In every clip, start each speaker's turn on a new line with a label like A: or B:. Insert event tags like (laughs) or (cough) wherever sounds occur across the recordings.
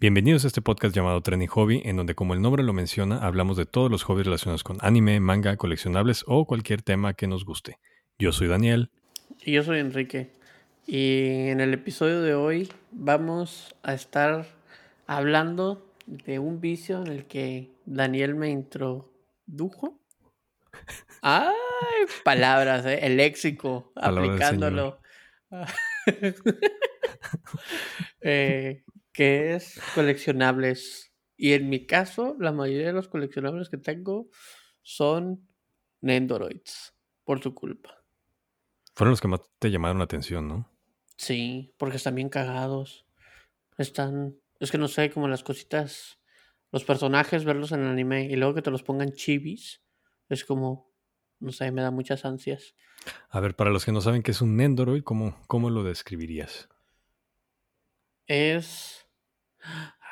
A: Bienvenidos a este podcast llamado Trending Hobby, en donde como el nombre lo menciona, hablamos de todos los hobbies relacionados con anime, manga, coleccionables o cualquier tema que nos guste. Yo soy Daniel.
B: Y yo soy Enrique. Y en el episodio de hoy vamos a estar hablando de un vicio en el que Daniel me introdujo. Ay, palabras, ¿eh? el léxico,
A: Palabra del
B: aplicándolo. (laughs) Eh, que es coleccionables. Y en mi caso, la mayoría de los coleccionables que tengo son Nendoroids, por tu culpa.
A: Fueron los que más te llamaron la atención, ¿no?
B: Sí, porque están bien cagados. Están. Es que no sé, como las cositas. Los personajes, verlos en el anime y luego que te los pongan chibis. Es como. No sé, me da muchas ansias.
A: A ver, para los que no saben qué es un Nendoroid, ¿cómo, cómo lo describirías?
B: Es.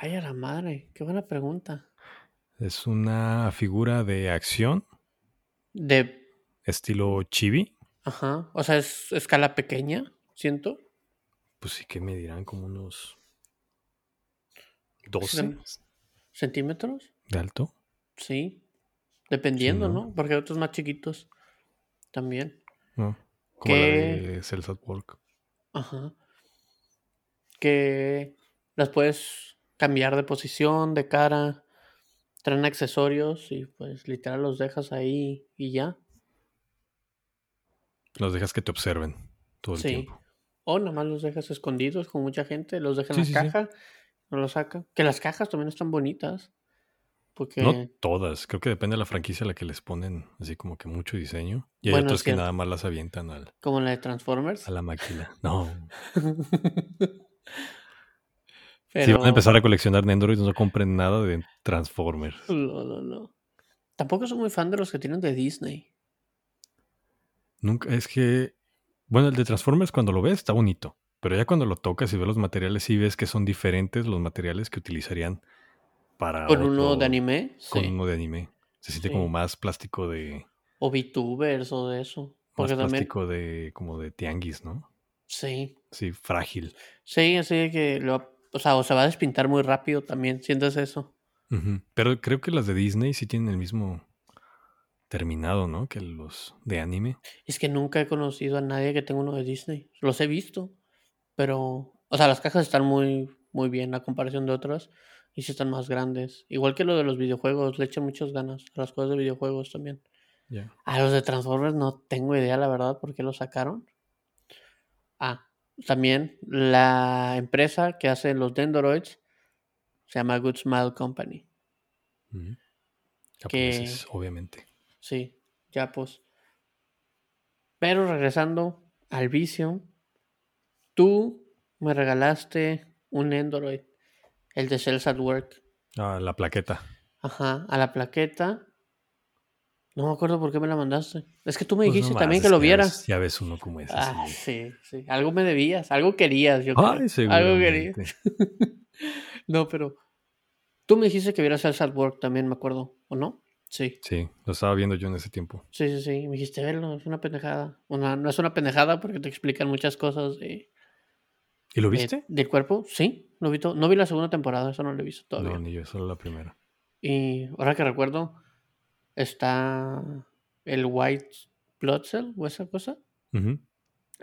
B: Ay, a la madre. Qué buena pregunta.
A: Es una figura de acción,
B: De.
A: estilo chibi.
B: Ajá. O sea, es escala pequeña, siento.
A: Pues sí que me dirán como unos 12
B: Sen- ¿Centímetros?
A: de alto.
B: Sí. Dependiendo,
A: Sí, ¿no?
B: ¿no? Porque hay otros más chiquitos. También.
A: ¿no? Como la
B: ¿Qué?
A: de Cells at Work.
B: Ajá. Que las puedes cambiar de posición, de cara. Traen accesorios y pues literal los dejas ahí y ya.
A: Los dejas que te observen todo el
B: Sí.
A: tiempo.
B: O nomás los dejas escondidos con mucha gente, los dejan
A: Sí,
B: en la
A: sí, sí.
B: caja, no los saca. Que las cajas también están bonitas. Porque
A: No todas, creo que depende de la franquicia a la que les ponen así como que mucho diseño. Y hay
B: Bueno,
A: otras
B: es
A: que
B: cierto.
A: nada más las avientan al-
B: como la de Transformers. (laughs)
A: a la máquina. No. Si van
B: Pero-
A: a empezar a coleccionar Nendoroids, no compren nada de Transformers.
B: No, no, no. Tampoco soy muy fan de los que tienen de Disney.
A: Nunca, es que, bueno, el de Transformers cuando lo ves está bonito, pero ya cuando lo tocas y ves los materiales y ves que son diferentes los materiales que utilizarían para
B: Con uno de
A: otro-
B: anime,
A: Con
B: sí.
A: uno de anime. Se siente como
B: Sí.
A: más plástico de,
B: O VTubers o de eso.
A: más
B: Porque también.
A: plástico de, como de tianguis, ¿no?
B: Sí.
A: Sí, frágil.
B: Sí, así de que lo va- o sea, o se va a despintar muy rápido también, sientes eso.
A: Ujú. Pero creo que las de Disney sí tienen el mismo terminado, ¿no? Que los de anime.
B: Es que nunca he conocido a nadie que tenga uno de Disney. Los he visto, pero o sea, las cajas están muy muy bien a comparación de otras y sí están más grandes. Igual que lo de los videojuegos, le echan muchas ganas a las cosas de videojuegos también.
A: Ya.
B: A los de Transformers no tengo idea, la verdad, por qué los sacaron. Ah, también la empresa que hace los Dendroids se llama Good Smile Company.
A: Ujú. Japoneses, obviamente.
B: Sí, ya pues. Pero regresando al vicio, tú me regalaste un Endoroid, el de Cells at Work.
A: Ah, la plaqueta.
B: Ajá, a la plaqueta. No me acuerdo por qué me la mandaste. Es que tú me
A: Pues
B: dijiste
A: nomás,
B: también
A: es
B: que lo
A: ya
B: viera.
A: ves- Ya ves uno como es.
B: Ah,
A: así.
B: sí, sí. Algo me debías, algo querías, yo creo.
A: Ay,
B: Algo querías.
A: seguramente.
B: No, pero tú me dijiste que vieras Cells at Work también, me acuerdo, ¿o no? Sí.
A: Sí, lo estaba viendo yo en ese tiempo.
B: Sí, sí, sí. Me dijiste, verlo, es una pendejada. Una, no es una pendejada porque te explican muchas cosas de-
A: ¿Y lo
B: de-
A: viste?
B: del cuerpo. Sí, lo vi todo. No vi la segunda temporada, eso no lo he visto
A: No,
B: todavía.
A: ni yo, solo la primera.
B: Y ahora que recuerdo, está el White Blood Cell o esa cosa.
A: Ujú.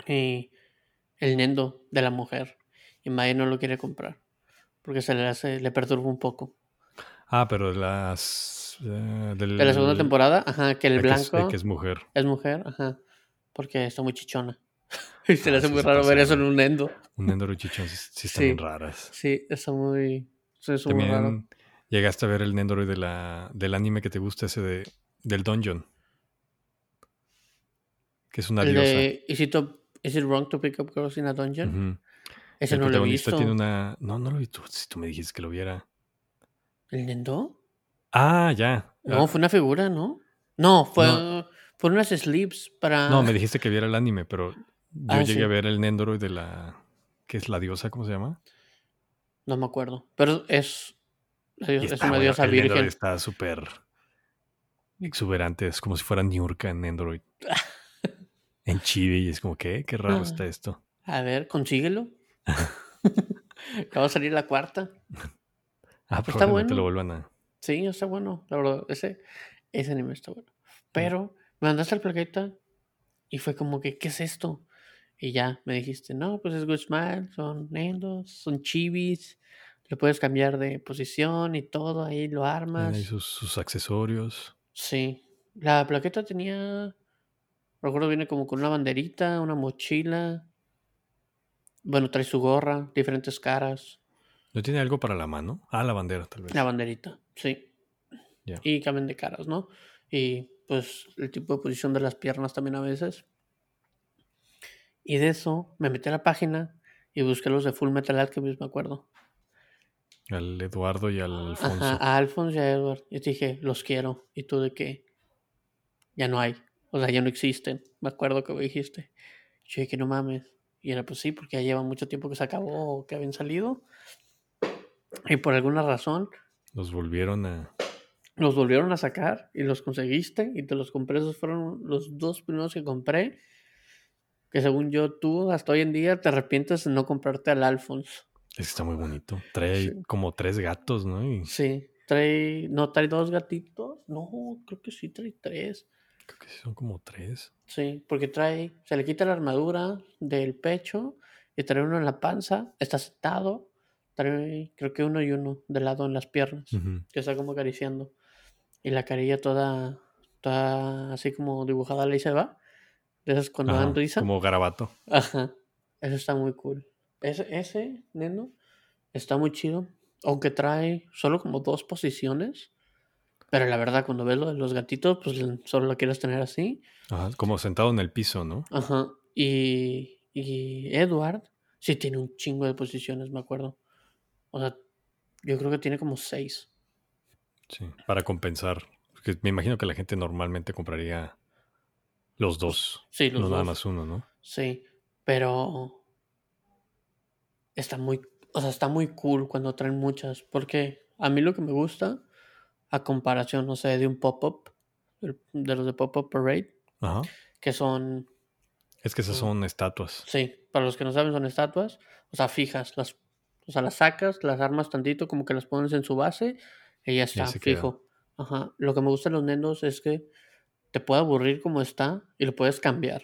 B: Y eh, el Nendo de la mujer. Y Mae no lo quiere comprar porque se le hace, le perturba un poco.
A: Ah, pero las. eh, del-
B: De la segunda temporada, ajá, que el
A: la que es- la
B: blanco
A: que es mujer.
B: es mujer, ajá, porque está muy chichona. (laughs) Y se le
A: Ah,
B: hace
A: sí
B: muy
A: se
B: raro ver eso en
A: pasaron.
B: un Nendo.
A: Un Endoro Chichón sí, sí están
B: Sí.
A: bien raras.
B: Sí, está muy. sí, es muy raro.
A: También llegaste a ver el Nendoroid de la, del anime que te gusta, ese de, del Dungeon. Que es una
B: El
A: diosa.
B: de Is it, up- Is it wrong to pick up girls in a dungeon?
A: Ujú.
B: Ese
A: el
B: no lo he
A: protagonista
B: visto.
A: tiene una. No, no lo vi tú. Si tú me dijiste que lo viera.
B: ¿El Nendo?
A: Ah, ya.
B: No,
A: Ah,
B: fue una figura, ¿no? No, fue,
A: No.
B: fueron unas slips para.
A: Ah, no, me dijiste que viera el anime, pero yo
B: Ah,
A: llegué
B: sí.
A: a ver el Nendoroid de la. ¿Qué es la diosa? ¿Cómo se llama?
B: No me acuerdo. Pero es. la
A: Y
B: dios- es
A: está,
B: una
A: bueno,
B: diosa
A: el
B: virgen.
A: Nendoroid está súper exuberante. Es como si fuera Niurka en
B: (laughs)
A: Nendoroid. en Chibi. Y es como, ¿qué? Qué raro
B: Ah.
A: está esto.
B: A ver, consíguelo. Acaba de salir la cuarta.
A: Ah,
B: Pero está
A: probablemente lo
B: bueno.
A: vuelvan a.
B: Sí, está bueno. La verdad, ese, ese anime está bueno. Pero me mandaste el plaqueta y fue como que, ¿qué es esto? Y ya me dijiste, no, pues es Good Smile, son nendos, son chibis, lo puedes cambiar de posición y todo, ahí lo
A: Tienen ahí
B: armas.
A: sus, sus accesorios.
B: Sí. La plaqueta tenía, recuerdo, viene como con una banderita, una mochila. Bueno, trae su gorra, diferentes caras,
A: ¿No tiene algo para la mano? Ah, la bandera, tal
B: la
A: vez.
B: banderita, sí.
A: Ya.
B: Y cambian de caras, ¿no? Y pues el tipo de posición de las piernas también a veces. Y de eso me metí a la página y busqué los de Full Metal Alchemist, me acuerdo.
A: Al Eduardo y al
B: Ajá,
A: Alfonso.
B: a Alphonse y a Edward. Y te dije, los quiero. Y tú de que ya no hay. O sea, ya no existen. Me acuerdo que me dijiste. Yo dije, no mames. Y era pues sí, porque ya lleva mucho tiempo que se acabó, o que habían salido. Y por alguna razón
A: Los volvieron a.
B: los volvieron a sacar y los conseguiste y te los compré. Esos fueron los dos primeros que compré. Que según yo, tú hasta hoy en día te arrepientes de no comprarte al Alphonse.
A: Es que está muy bonito. Trae
B: Sí.
A: ahí como tres gatos, ¿no? Y
B: Sí, trae. No, trae dos gatitos. No, creo que sí trae tres.
A: creo que sí son como tres.
B: Sí, porque trae. Se le quita la armadura del pecho y trae uno en la panza. Está sentado. Trae, creo que uno y uno de lado en las piernas.
A: Ujú.
B: Que está como acariciando. Y la carilla toda. Toda así como dibujada, le se va. De esas cuando dan
A: Ajá.
B: risa.
A: Como garabato.
B: Ajá. Eso está muy cool. Ese, ese, Nendo, está muy chido. Aunque trae solo como dos posiciones. Pero la verdad, cuando ves lo de los gatitos, pues l- solo lo quieres tener así.
A: Ajá. Como sentado en el piso, ¿no?
B: Ajá. Y, y Edward sí tiene un chingo de posiciones, me acuerdo. O sea, yo creo que tiene como seis.
A: Sí. Para compensar. Porque me imagino que la gente normalmente compraría los dos.
B: Sí, los
A: No nada
B: dos.
A: más uno, ¿no?
B: Sí. Pero está muy, o sea, está muy cool cuando traen muchas. Porque a mí lo que me gusta, a comparación, no sé, de un pop-up, del- de los de pop-up parade,
A: Ajá.
B: que son
A: Es que esas
B: son-
A: son estatuas.
B: Sí, para los que no saben son estatuas, o sea, fijas, las, o sea, las sacas, las armas tantito, como que las pones en su base
A: Y
B: y ya
A: ahí
B: está,
A: se quedan.
B: fijo. Ajá. Lo que me gusta de los nendos es que te puede aburrir como está y lo puedes cambiar.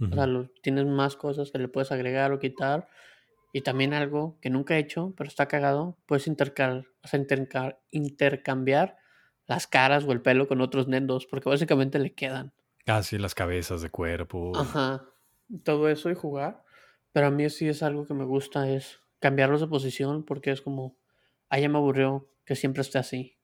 B: O sea,
A: Ujú.
B: lo- tienes más cosas que le puedes agregar o quitar. Y también algo que nunca he hecho, pero está cagado, puedes intercal, o sea, interca- intercambiar las caras o el pelo con otros nendos, porque básicamente le quedan.
A: Ah, sí, las cabezas de cuerpo y.
B: Ajá, todo eso y jugar. Pero a mí sí es algo que me gusta, es cambiarlos de posición porque es como, ah, ya me aburrió que siempre esté así.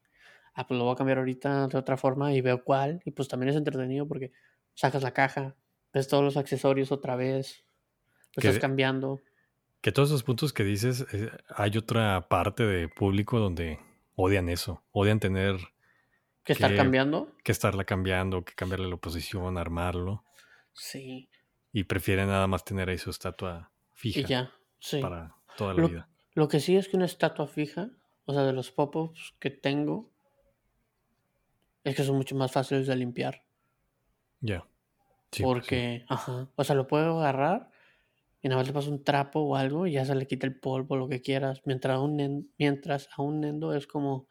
B: Ah, pues lo voy a cambiar ahorita de otra forma y veo cuál. Y pues también es entretenido porque sacas la caja, ves todos los accesorios otra vez, lo
A: Que
B: estás
A: de-
B: cambiando.
A: Que todos esos puntos que dices, eh, hay otra parte de público donde odian eso, odian tener
B: ¿Qué estar
A: que,
B: cambiando?
A: que estarla cambiando, que cambiarle la oposición, armarlo,
B: Sí,
A: y prefieren nada más tener ahí su estatua
B: y
A: fija
B: ya, sí.
A: para toda la
B: Lo,
A: vida.
B: lo que sí es que una estatua fija, o sea, de los pop-ups que tengo, es que son mucho más fáciles de limpiar.
A: Ya, sí, pues sí.
B: Porque, ajá, o sea, lo puedo agarrar y nada más le paso un trapo o algo y ya se le quita el polvo, lo que quieras. Mientras a un, nen- mientras a un nendo es como,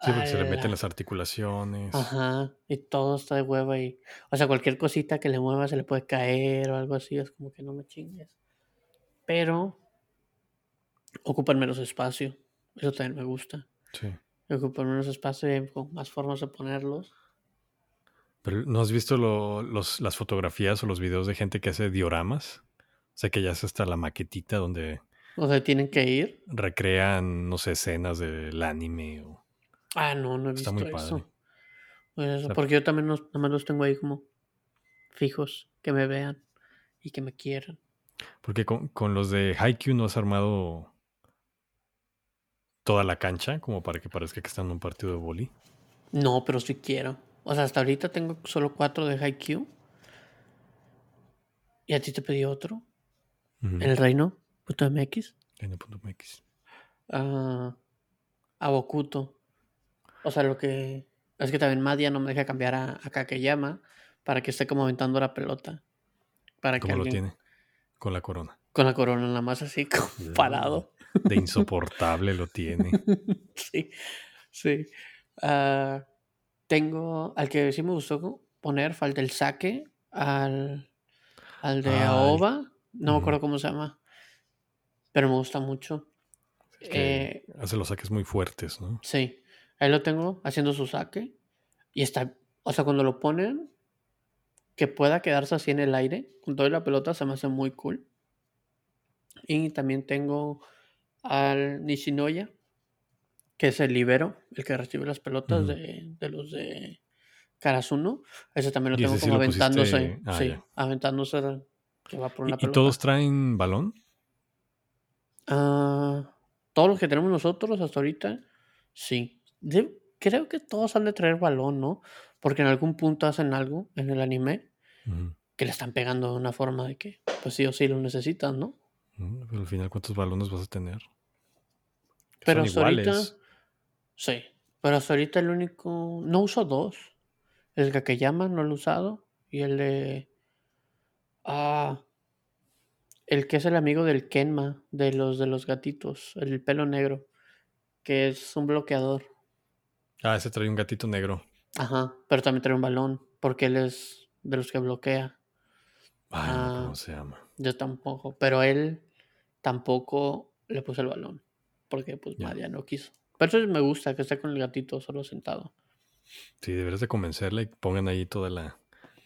A: Sí, porque se le meten
B: ala,
A: las articulaciones.
B: ajá, y todo está de hueva y, o sea, cualquier cosita que le mueva se le puede caer o algo así, es como que no me chingues. Pero ocupan menos espacio, eso también me gusta.
A: Sí.
B: Ocupan menos espacio y hay como más formas de ponerlos.
A: Pero ¿no has visto lo- los, las fotografías o los videos de gente que hace dioramas? O sea, que ya es hasta la maquetita donde
B: O sea, tienen que ir.
A: recrean, no sé, escenas del anime. O...
B: Ah, no, no he
A: Está muy
B: visto
A: padre.
B: eso. Pues eso,
A: Está-
B: porque yo también los, nada más los tengo ahí como fijos, que me vean y que me quieran.
A: Porque con, con los de Haikyuu no has armado toda la cancha como para que parezca que están en un partido de boli.
B: No, pero sí quiero. O sea, hasta ahorita tengo solo cuatro de Haikyuu y a ti te pedí otro,
A: Ujú.
B: el reino, puto MX,
A: N.mx.
B: a, a Bokuto. O sea, lo que es que también Madia no me deja cambiar a, a Kakeyama para que esté como aventando la pelota, para que
A: ¿Cómo lo
B: alguien
A: tiene? Con la corona.
B: con la corona nada más así (laughs) como
A: Mm.
B: parado.
A: De insoportable lo
B: (laughs)
A: tiene.
B: Sí, sí. Ah, tengo al que sí me gustó poner, falta el saque, al, al de
A: Ay.
B: Aoba, no me
A: Ujú.
B: acuerdo cómo se llama, pero me gusta mucho.
A: Es que
B: Eh,
A: hace los saques muy fuertes, ¿no?
B: Sí, ahí lo tengo haciendo su saque. Y está, o sea, cuando lo ponen, que pueda quedarse así en el aire con toda la pelota, se me hace muy cool. Y también tengo al Nishinoya, que es el libero, el que recibe las pelotas
A: Ujú.
B: de, de los de Karasuno. Ese también lo
A: Y
B: tengo
A: ese sí
B: como
A: lo pusiste.
B: aventándose,
A: Ah,
B: sí,
A: ya.
B: aventándose que va por
A: ¿Y,
B: una
A: y
B: pelota.
A: todos traen balón?
B: Ah, todos los que tenemos nosotros hasta ahorita, sí. De- creo que todos han de traer balón, ¿no? Porque en algún punto hacen algo en el anime
A: Ujú.
B: que le están pegando de una forma de que, pues sí o sí lo necesitan, ¿no?
A: Mm, Pero al final, ¿cuántos balones vas a tener? Que
B: Pero
A: son
B: hasta ahorita,
A: iguales.
B: sí. Pero hasta ahorita el único. No uso dos. El Kakeyama no lo he usado. Y el de. Ah. El que es el amigo del Kenma, de los de los gatitos, el pelo negro, que es un bloqueador.
A: Ah, ese trae un gatito negro.
B: Ajá, pero también trae un balón, porque él es de los que bloquea.
A: Ay, no me acuerdo
B: Ah,
A: cómo se llama.
B: yo tampoco, pero él tampoco le puso el balón, porque pues
A: Ya.
B: María no quiso. Pero eso me gusta, que esté con el gatito solo sentado.
A: Sí, deberías de convencerla y que pongan ahí toda la,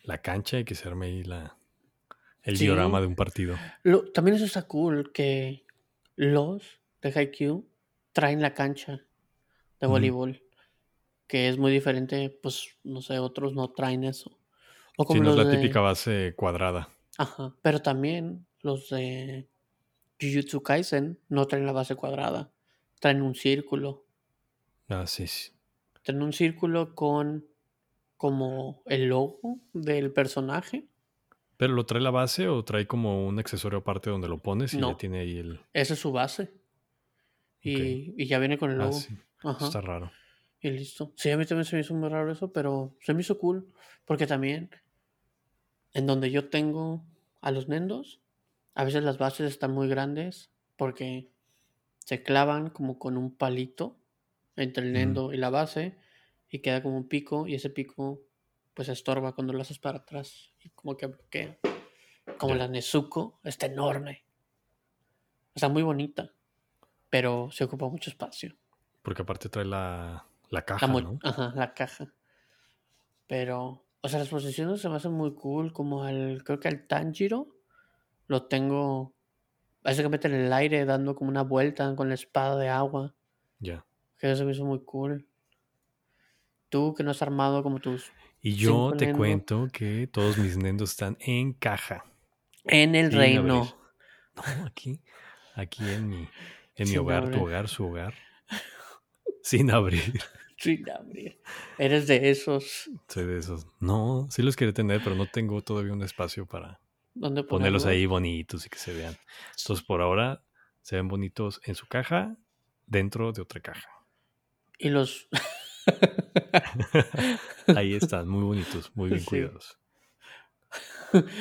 A: la cancha y que se arme ahí la, el diorama
B: Sí,
A: de un partido.
B: lo- también eso está cool, que los de Haikyuu traen la cancha de
A: Ujú.
B: voleibol, que es muy diferente, pues no sé, otros no traen eso. O
A: Sí,
B: como
A: no es
B: los
A: la típica
B: de...
A: base cuadrada.
B: Ajá, pero también los de Jujutsu Kaisen no traen la base cuadrada, traen un círculo.
A: Ah, sí, sí.
B: Traen un círculo con como el logo del personaje.
A: ¿Pero lo trae la base o trae como un accesorio aparte donde lo pones y ya
B: No,
A: tiene ahí el...
B: esa es su base.
A: Ok.
B: Y, y ya viene con el
A: Ah,
B: logo.
A: sí. Eso
B: Ajá,
A: está raro.
B: y listo. Sí, a mí también se me hizo muy raro eso, pero se me hizo cool. Porque también en donde yo tengo a los nendos, a veces las bases están muy grandes porque se clavan como con un palito entre el
A: Ujú.
B: nendo y la base y queda como un pico y ese pico pues estorba cuando lo haces para atrás y como que bloquea. Como
A: Ya.
B: la Nezuko está enorme, está muy bonita, pero se ocupa mucho espacio.
A: Porque aparte trae la, la
B: La,
A: caja,
B: mo-
A: ¿no?
B: ajá, la caja. Pero, o sea, las posiciones se me hacen muy cool, como al, creo que al Tanjiro lo tengo básicamente en el aire dando como una vuelta con la espada de agua,
A: Ya.
B: que eso se me hizo muy cool. Tú que no has armado como tus
A: Y yo
B: cinco
A: te
B: nendos
A: cuento que todos mis nendos están en caja, (laughs)
B: en el
A: sin abrir.
B: reino,
A: No, aquí, aquí en mi, en mi
B: sin
A: hogar, tu
B: abrir,
A: hogar, su hogar, sin abrir. (laughs)
B: sin abrir. Eres de esos.
A: Soy de esos. No, sí los quería tener, pero no tengo todavía un espacio para
B: ¿Dónde
A: ponerlos
B: ponerlos?
A: ahí bonitos y que se vean.
B: Sí.
A: Entonces, por ahora, se ven bonitos en su caja, dentro de otra caja. (laughs)
B: Y los. (laughs)
A: Ahí están, muy bonitos, muy bien
B: sí. (laughs)
A: cuidados.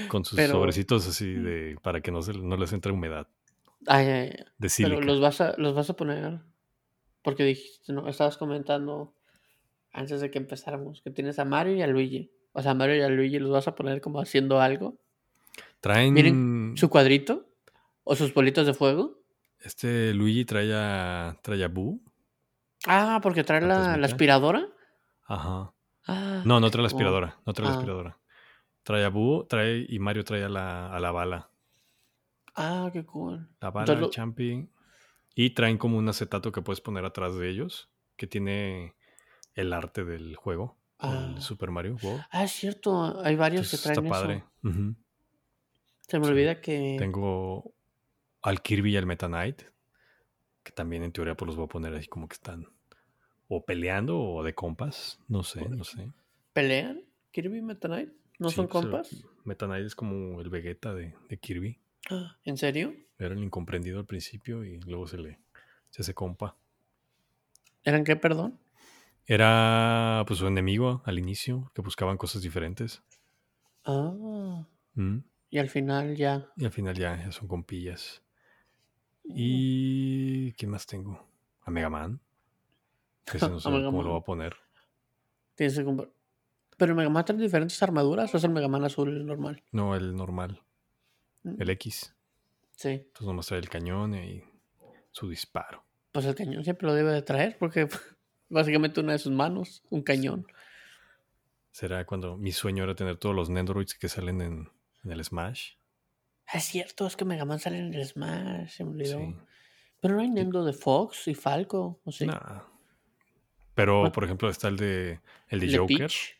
A: Con sus
B: Pero.
A: sobrecitos así de para que no, se, no les entre humedad,
B: ay, ay, ay,
A: de
B: Pero los
A: sílica.
B: vas a, los vas a poner. Porque dijiste, ¿no? Estabas comentando antes de que empezáramos que tienes a Mario y a Luigi. O sea, a Mario y a Luigi los vas a poner como haciendo algo. Miren su
A: Traen,
B: cuadrito. O sus bolitas de fuego.
A: este Luigi trae a, trae a Boo,
B: Ah, porque trae la, la
A: fantasmita.
B: aspiradora.
A: Ajá.
B: Ah,
A: No, no
B: qué
A: trae la
B: cool.
A: aspiradora, no trae la
B: Ah,
A: aspiradora. Trae a Boo, trae y Mario trae a la, a la bala.
B: ah, qué cool.
A: La
B: Entonces,
A: bala, el
B: lo-
A: champi. Y traen como un acetato que puedes poner atrás de ellos, que tiene el arte del juego, del
B: ah,
A: Super Mario World.
B: ah, es cierto, hay varios que
A: Entonces está
B: traen
A: padre.
B: eso.
A: Ujú,
B: Se me
A: sí.
B: olvida que,
A: Tengo al Kirby y al Meta Knight, que también en teoría pues los voy a poner así como que están o peleando o de compas. No sé, no sé.
B: ¿Pelean? ¿Kirby y Meta Knight? ¿No
A: Sí,
B: son
A: pues el
B: compas?
A: Meta Knight es como el Vegeta de, de Kirby.
B: Ah, ¿En serio?
A: Era el incomprendido al principio y luego se le se hace compa.
B: ¿Eran qué, perdón?
A: Era pues su enemigo al inicio, que buscaban cosas diferentes.
B: Ah,
A: Mm.
B: y al final ya.
A: Y al final ya, ya son compillas. Y. ¿Quién más tengo? A Mega Man. Que
B: (laughs)
A: ese no sé
B: A Mega
A: cómo
B: Man.
A: lo va a poner.
B: Tienes que comprar. Pero el Mega Man trae diferentes armaduras o es el Mega Man azul el normal.
A: No, el normal.
B: Mm.
A: El X.
B: Sí.
A: Entonces nomás trae el cañón y su disparo.
B: Pues el cañón siempre lo debe de traer porque (laughs) básicamente una de sus manos, un cañón.
A: Será cuando mi sueño era tener todos los Nendoroids que salen en, en el Smash.
B: Ah, Es cierto, es que Mega Man sale en el Smash, se me olvidó.
A: Sí.
B: Pero no hay Nendo de Fox y Falco, ¿o sí?
A: Nah. Pero,
B: Bueno.
A: por ejemplo, está el de el de
B: ¿El de
A: Joker.
B: Peach?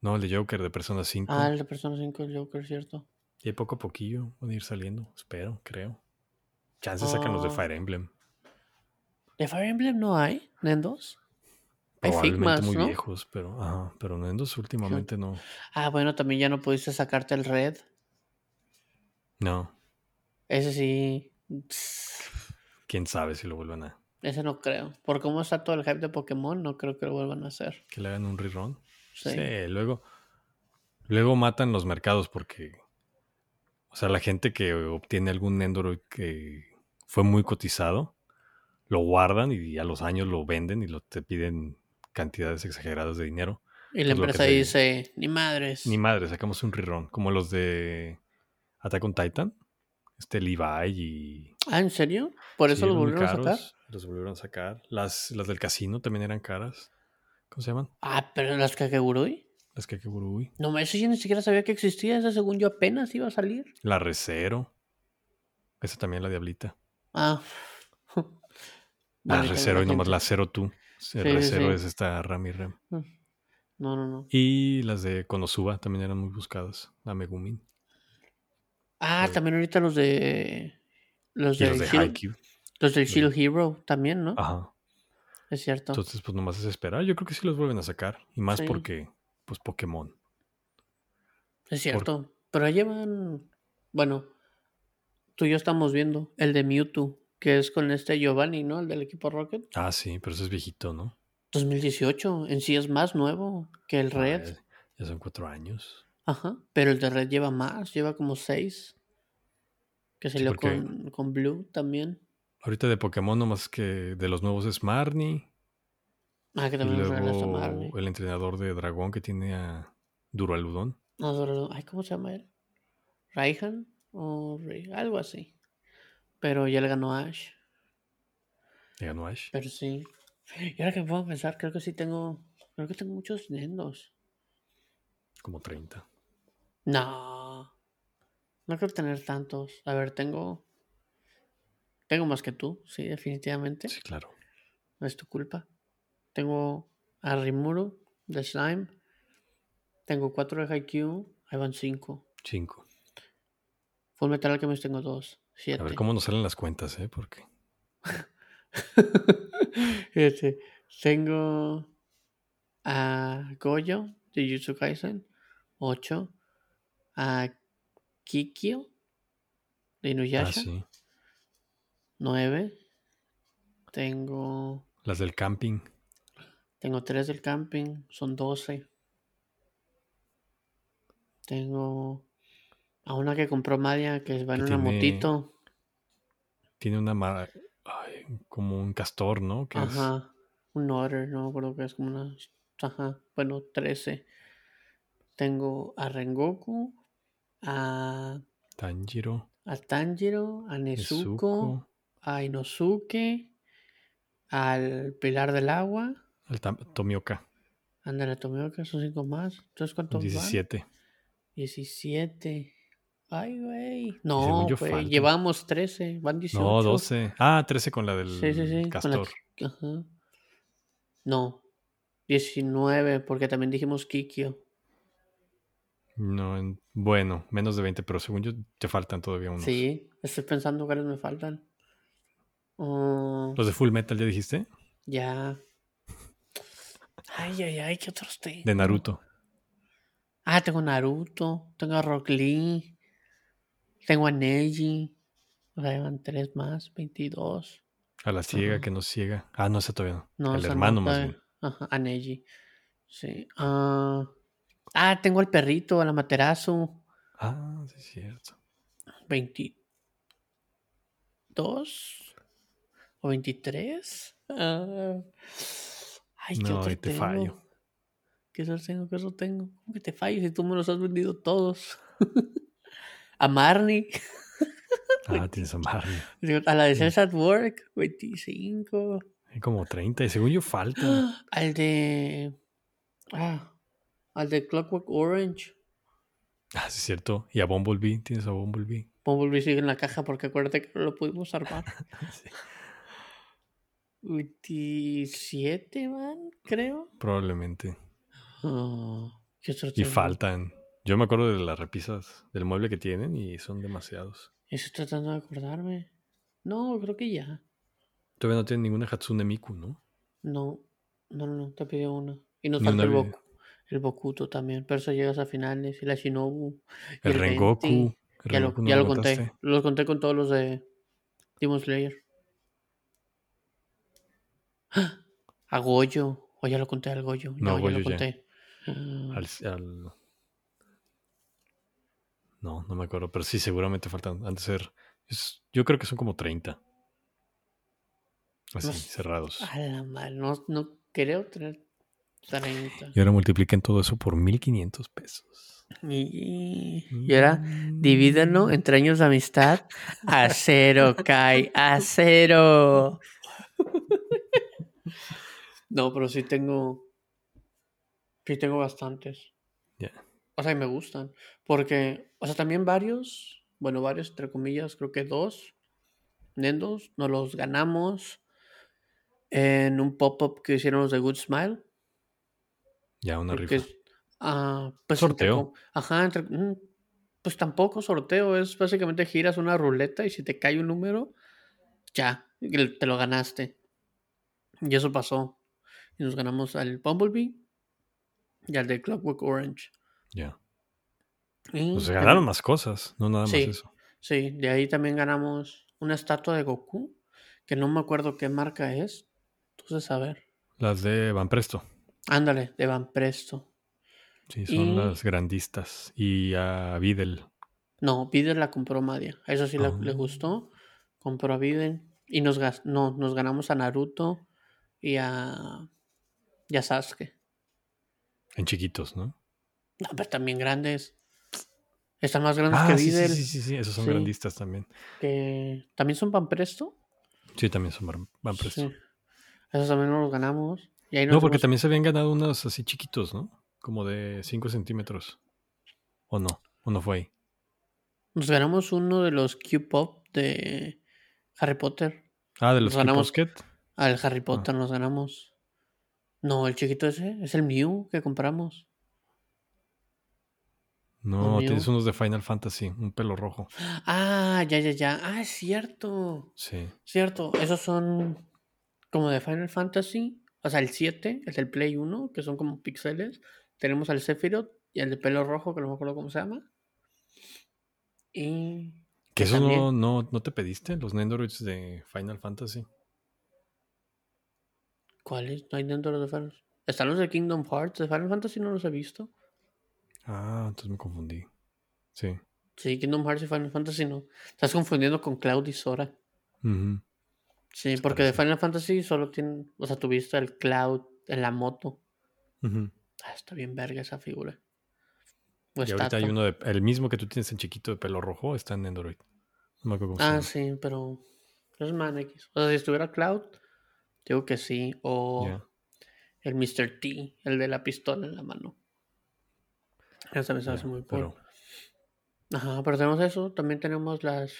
A: No, el de Joker de Persona 5.
B: Ah, el de Persona 5 el Joker, cierto.
A: Y poco a poquillo van a ir saliendo. Espero, creo. Chance sacan los de
B: Ah.
A: Fire Emblem.
B: ¿De Fire Emblem no hay Nendos? Hay
A: Probablemente
B: Figmas,
A: muy
B: ¿no?
A: viejos, pero, ajá, pero Nendos últimamente no.
B: Ah, bueno, también ya no pudiste sacarte el Red.
A: No,
B: Ese sí. tss,
A: quién sabe si lo vuelvan a.
B: Ese no creo. Por cómo está todo el hype de Pokémon, no creo que lo vuelvan a hacer.
A: Que le hagan un rerun.
B: Sí.
A: luego. Luego matan los mercados porque. O sea, la gente que obtiene algún Nendoroid que fue muy cotizado, lo guardan y a los años lo venden y lo, te piden cantidades exageradas de dinero.
B: Y
A: Pues
B: la
A: lo que
B: empresa
A: te-
B: dice, ni madres.
A: Ni madre, sacamos un rerun. Como los de Attack on Titan. Este Levi y.
B: ah, ¿en serio? ¿Por eso
A: Sí,
B: lo
A: eran muy
B: volvieron a sacar?
A: caros, Los volvieron a sacar. Las, las del casino también eran caras. ¿Cómo se llaman?
B: Ah, pero las Kakegurui.
A: Las que Kakegurui.
B: No, eso yo ni siquiera sabía que existía. Esa, según yo, apenas iba a salir.
A: La Recero. Esa también la Diablita. (laughs)
B: Ah.
A: La
B: Maldita
A: Recero y nomás
B: gente.
A: la Cero tú. El
B: sí,
A: Recero
B: sí.
A: es esta Rami Rem.
B: No, no, no.
A: Y las de Konosuba también eran muy buscadas. La Megumin.
B: Ah,
A: Sí.
B: también ahorita los de. Los
A: Y las
B: del
A: de
B: Shield-
A: Haikyuu.
B: Los del
A: Sí.
B: Shield Hero también, ¿no?
A: Ajá.
B: Es cierto.
A: Entonces, pues nomás es esperar. Yo creo que sí los vuelven a sacar. Y más
B: Sí.
A: porque, pues Pokémon.
B: Es cierto. Pero ahí llevan. Bueno, tú y yo estamos viendo el de Mewtwo, que es con este Giovanni, ¿no? El del equipo Rocket.
A: Ah, sí, pero eso es viejito, ¿no?
B: 2018. En sí es más nuevo que el
A: Ah,
B: Red.
A: ya- ya son cuatro años.
B: Ajá. Pero el de Red lleva más, lleva como seis. Que salió
A: porque-
B: con, con Blue también.
A: Ahorita de Pokémon, nomás que de los nuevos es Marnie.
B: Ah, que
A: Y
B: también lo regalaste a
A: luego
B: Marley.
A: el entrenador de dragón que tiene a Duraludón.
B: No, sobre lo- ay, ¿cómo se llama él? Raihan o Ri- algo así. Pero ya le ganó Ash.
A: Le ganó a Ash.
B: Pero sí. Y ahora que me puedo pensar, creo que sí tengo. Creo que tengo muchos nendos.
A: Como 30.
B: No. No creo tener tantos. A ver, tengo. Tengo más que tú, sí, definitivamente.
A: Sí, claro.
B: No es tu culpa. Tengo a Rimuru de Slime. Tengo cuatro de Haikyuu. Ahí van cinco.
A: 5.
B: Full Metal Alchemist tengo dos. Siete.
A: A ver cómo nos salen las cuentas, ¿eh? Porque
B: (laughs) Este, tengo a Goyo de Jujutsu Kaisen, 8. A Kikyo de
A: ah,
B: Inuyasha,
A: sí.
B: 9. Tengo,
A: Las del camping.
B: tengo 3 del camping, son 12. Tengo a una que compró Madia que va en
A: Que
B: una
A: tiene-
B: motito.
A: Tiene una mara- ay, como un castor, ¿no? Que es-
B: Ajá. Un order, no me acuerdo que es como una. Ajá. Bueno, 13. Tengo a Rengoku, a,
A: Tanjiro,
B: a Tanjiro, a Nezuko,
A: Nezuko,
B: a Inosuke, al Pilar del Agua.
A: el tam- Tomioka.
B: Ándale, Tomeo, que son 5 más. Entonces, ¿cuántos van?
A: 17.
B: 17. Ay, güey.
A: según
B: No,
A: yo
B: güey.
A: faltan.
B: Llevamos 13. Van 18.
A: No, 12. Ah, 13 con la del
B: Sí, sí, sí. con la
A: castor.
B: que- ajá. No. 19, porque también dijimos Kikio.
A: No, en- bueno, menos de 20, pero según yo te faltan todavía unos.
B: Sí, estoy pensando cuáles me faltan. Mm,
A: Los de Full Metal, ¿ya dijiste?
B: ya. Ay, ay, ay, ¿qué otros tengo?
A: De Naruto.
B: Ah, tengo Naruto, tengo a Rock Lee, tengo a Neji. O sea, llevan tres más, 22.
A: A la ciega
B: Ajá.
A: que no ciega. Ah, no, ese todavía no.
B: No,
A: el
B: esa no,
A: hermano más
B: todavía-
A: bien.
B: Ajá, a Neji. Sí. ah, ah, tengo al perrito, a la Materazo.
A: Ah, sí, es cierto.
B: 23 22 o 23. Ah, ay, ¿qué
A: No,
B: otro
A: ahí te
B: tengo?
A: fallo.
B: ¿Qué otro tengo? ¿Qué otro tengo? ¿Cómo que te fallo si tú me los has vendido todos? (laughs) a Marnie,
A: Ah, tienes a Marnie.
B: digo, a la de
A: Sí.
B: Cells at Work, 25.
A: Hay como 30. Y según yo
B: (gasps)
A: falta.
B: Al de. Ah, al de Clockwork Orange.
A: Ah, sí, es cierto. Y a Bumblebee. Tienes a Bumblebee. (laughs)
B: Bumblebee sigue en la caja porque acuérdate que no lo pudimos armar.
A: Sí,
B: 27 van, creo.
A: probablemente.
B: Ah, ¿qué otro
A: Y
B: tengo?
A: faltan. Yo me acuerdo de las repisas del mueble que tienen y son demasiados.
B: Estoy tratando de acordarme. No, creo que ya.
A: Todavía no tienen ninguna Hatsune Miku, ¿no?
B: No, no, no, no, te pidió una. Y nos
A: Ni
B: falta
A: una
B: el
A: vi-
B: Boku. El Bokuto también. Pero eso llegas a finales. Y la Shinobu. y
A: El, Rengoku.
B: 20.
A: El
B: Ya lo,
A: Rengoku no
B: ya
A: lo
B: lo conté.
A: contaste.
B: Los conté con todos los de Demon Slayer. ¡Ah! A Goyo. O ya lo conté al Goyo.
A: No,
B: No, ya
A: Goyo ya.
B: lo conté. Ah,
A: Al- al- No, no me acuerdo. Pero sí, seguramente faltan. Han de ser. es- Yo creo que son como 30. Así,
B: Los-
A: cerrados.
B: Ah, A la mal. No, no creo tener 30.
A: Y ahora multipliquen todo eso por 1500 pesos.
B: Y,
A: Mm.
B: y ahora divídanlo entre años de amistad a cero, Kai, a cero. No, pero sí tengo. Sí tengo bastantes.
A: Ya.
B: O sea, y me gustan. Porque, o sea, también varios, bueno, varios entre comillas, creo que dos Nendos, nos los ganamos en un pop-up que hicieron los de Good Smile.
A: Ya, una
B: Porque
A: rifa.
B: es- ah, pues entre
A: Sorteo.
B: com- ajá, entre- mm, pues tampoco sorteo, es básicamente giras una ruleta y si te cae un número, ya, el- te lo ganaste. Y eso pasó. Y nos ganamos al Bumblebee y al de Clockwork Orange.
A: Ya.
B: Y
A: Pues se
B: también-
A: ganaron más cosas, no nada más
B: Sí.
A: eso.
B: Sí, de ahí también ganamos una estatua de Goku, que no me acuerdo qué marca es. Entonces, a ver.
A: Las de Van Presto.
B: Ándale, de Van Presto.
A: Sí, son
B: Y-
A: las grandistas. Y a Videl.
B: No, Biden la compró Madia. Eso sí la- le
A: Ah.
B: gustó. Compró a Biden. Y nos, gas- no, nos ganamos a Naruto y a, y a Sasuke.
A: En chiquitos, ¿no?
B: No, pero también grandes. Están más grandes
A: Ah,
B: que
A: sí, sí,
B: Biden.
A: sí, sí, sí, esos son
B: Sí.
A: grandistas también.
B: Que... ¿También son Van Presto?
A: Sí, también son Van- Van Presto.
B: Sí. Esos también nos los ganamos. Y ahí
A: No,
B: nos
A: porque
B: hemos-
A: también se habían ganado unos así chiquitos, ¿no? Como de 5 centímetros. ¿O no? ¿O no fue ahí?
B: Nos ganamos uno de los Q-Pop de Harry Potter.
A: Ah, de los
B: Nos ganamos-
A: Kid Posket.
B: Al
A: Ah.
B: Harry Potter nos ganamos. No, el chiquito ese es el Mew que compramos.
A: No,
B: Amigo.
A: tienes unos de Final Fantasy, un pelo rojo.
B: Ah, ya, ya, ya. Ah, es cierto.
A: Sí.
B: Cierto. Esos son como de Final Fantasy. O sea, el 7, el del Play 1, que son como píxeles. Tenemos al Sephiroth y el de pelo rojo, que no me acuerdo cómo se llama. Y.
A: Que
B: que
A: eso no,
B: también-
A: no, no te pediste, los Nendoroids de Final Fantasy.
B: ¿Cuáles? No hay dentro de los de Final Están los de Kingdom Hearts. De Final Fantasy no los he visto.
A: Ah, entonces me confundí. Sí.
B: Sí, Kingdom Hearts y Final Fantasy no. Estás confundiendo con Cloud y Sora.
A: Ujú.
B: Sí,
A: Se
B: porque de
A: parecen.
B: Final Fantasy solo tienen. O sea, tuviste el Cloud en la moto.
A: Ujú.
B: Ah, está bien verga esa figura.
A: Y
B: O
A: ahorita hay
B: estatua.
A: uno de. El mismo que tú tienes en chiquito de pelo rojo está en Nendoroid. No me acuerdo cómo se
B: Ah,
A: llama.
B: sí, pero. Es man X. O sea, si estuviera Cloud, digo que sí. O
A: Ya.
B: el Mr. T, el de la pistola en la mano. Esa me se
A: Ya,
B: hace muy cool.
A: pero
B: Ajá, pero tenemos eso. También tenemos las.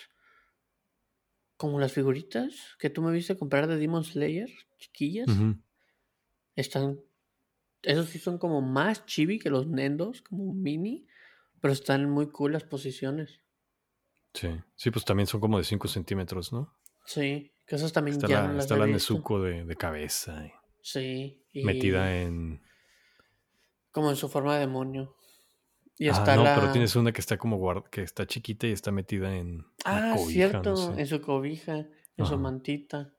B: Como las figuritas que tú me viste comprar de Demon Slayer, chiquillas.
A: Ujú.
B: Están. Esos sí son como más chibi que los Nendos, como mini. Pero están muy cool las posiciones.
A: sí. Sí, pues también son como de 5 centímetros, ¿no?
B: Sí, que esas también
A: Está
B: ya
A: la,
B: no las
A: está
B: he
A: la
B: visto.
A: Nezuko de, de cabeza, eh,
B: Sí, y
A: metida en.
B: como en su forma de demonio. Y
A: Ah,
B: está
A: no,
B: la...
A: pero tienes una que está como guard- que está chiquita y está metida en una
B: Ah,
A: cobija,
B: cierto,
A: no sé.
B: en su cobija, en
A: Ajá.
B: su mantita.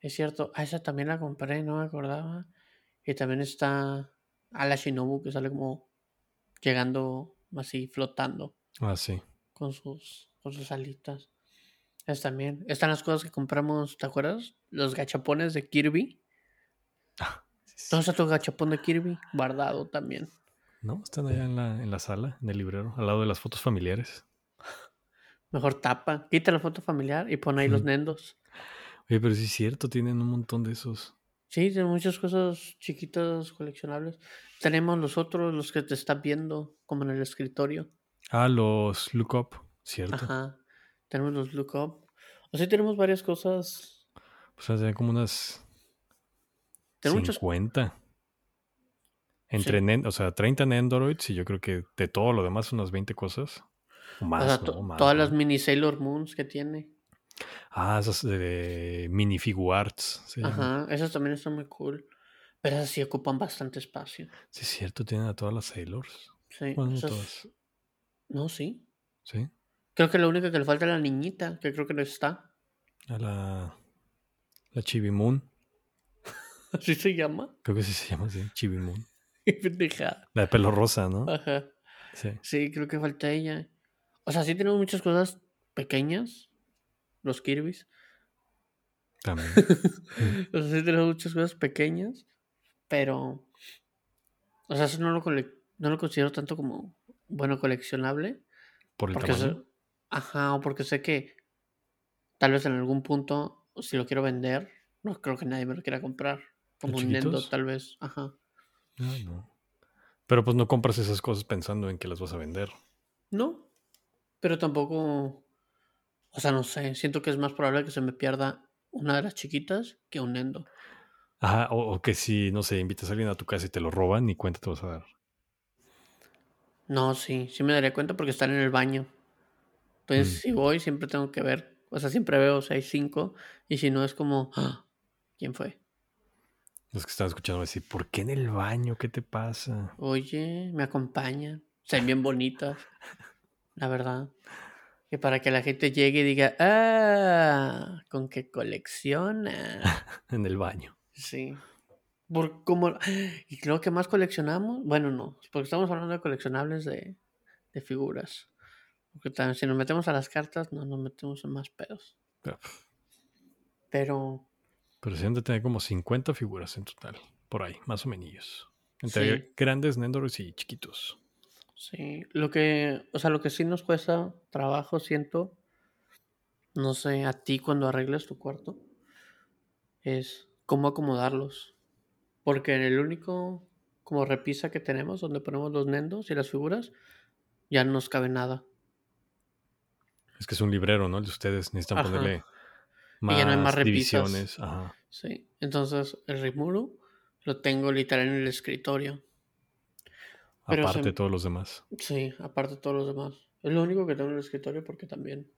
B: Es cierto. Ah, esa también la compré, no me acordaba. Y también está a la Shinobu que sale como llegando así, flotando
A: Ah, sí.
B: con sus, con sus alitas. Es también. Están las cosas que compramos, ¿te acuerdas? Los gachapones de Kirby.
A: Ah,
B: ¿Dónde está tu gachapón de Kirby? Guardado también.
A: No, están allá en la, en la sala, en el librero, al lado de las fotos familiares.
B: Mejor tapa, quita la foto familiar y pon ahí los
A: Mm.
B: nendos.
A: Oye, pero sí es cierto, tienen un montón de esos.
B: Sí, tienen muchas cosas chiquitas coleccionables. Tenemos los otros, los que te están viendo, como en el escritorio.
A: Ah, los lookup, cierto.
B: Ajá. Tenemos los lookup. O sea, tenemos varias cosas.
A: O sea, tienen como unas
B: Tenemos muchas
A: 50. Entre, nen- o sea, 30 en Androids y yo creo que de todo lo demás unas 20 cosas. O Más,
B: o sea,
A: ¿no?
B: to-
A: Más,
B: todas
A: ¿no?
B: las mini Sailor Moons que tiene.
A: Ah, esas de minifiguarts. se llaman.
B: Ajá, esas también están muy cool. Pero esas sí ocupan bastante espacio.
A: Sí, es cierto, tienen a todas las Sailors.
B: Sí,
A: Bueno, no
B: esas-
A: todas.
B: No, sí.
A: Sí,
B: Creo que lo único que le falta es la niñita, que creo que no está. (laughs)
A: a la, la Chibi Moon.
B: Así se llama. (laughs)
A: Creo que sí se llama así, Chibi Moon.
B: Qué pendejada.
A: La de pelo rosa, ¿no?
B: Ajá.
A: Sí.
B: Sí, creo que falta ella. O sea, sí tenemos muchas cosas pequeñas. Los Kirby's. (gasps) (laughs)
A: También.
B: O sea, sí tenemos muchas cosas pequeñas. Pero. O sea, eso no lo, cole- no lo considero tanto como bueno coleccionable.
A: Por el
B: Porque sé-
A: tamaño.
B: ajá, o porque sé que tal vez en algún punto, si lo quiero vender, no creo que nadie me lo quiera comprar. Como un Nendo,
A: chiquitos?
B: tal vez. Ajá.
A: Ah, no. Pero pues no compras esas cosas pensando en que las vas a vender.
B: No, pero tampoco. O sea, no sé. Siento que es más probable que se me pierda una de las chiquitas que un Nendo.
A: Ajá, o, o que si, no sé, invitas a alguien a tu casa y te lo roban, ni cuenta te vas a dar.
B: No, sí, sí me daría cuenta porque están en el baño. Entonces,
A: Mm.
B: si voy, siempre tengo que ver. O sea, siempre veo, o sea, hay cinco. Y si no, es como, "Ah, ¿quién fue?
A: Los que están escuchando van a decir, ¿por qué en el baño? ¿Qué te pasa? (laughs)
B: Oye, me acompañan. Se ven bien bonitas. La verdad. Que para que la gente llegue y diga, ah, con que colecciona.
A: En el baño.
B: Sí. Por como y creo que más coleccionamos, bueno, no, porque estamos hablando de coleccionables de, de figuras. Porque también, si nos metemos a las cartas, no nos metemos en más pedos.
A: Pero,
B: Pero
A: pero se han de tener como 50 figuras en total, por ahí, más o menos. Entre
B: Sí.
A: grandes Nendoros y chiquitos.
B: sí, lo que, o sea, lo que sí nos cuesta trabajo, siento, no sé, a ti cuando arregles tu cuarto, es cómo acomodarlos. Porque en el único como repisa que tenemos, donde ponemos los nendos y las figuras, ya no nos cabe nada.
A: Es que es un librero, ¿no? El de ustedes necesitan
B: Ajá.
A: ponerle más,
B: Y ya no hay más repisas.
A: divisiones. Ajá.
B: Sí, entonces el Rimuru lo tengo literal en el escritorio. Pero se-
A: Aparte de todos los demás.
B: Sí, aparte de todos los demás. Es lo único que tengo en el escritorio porque también.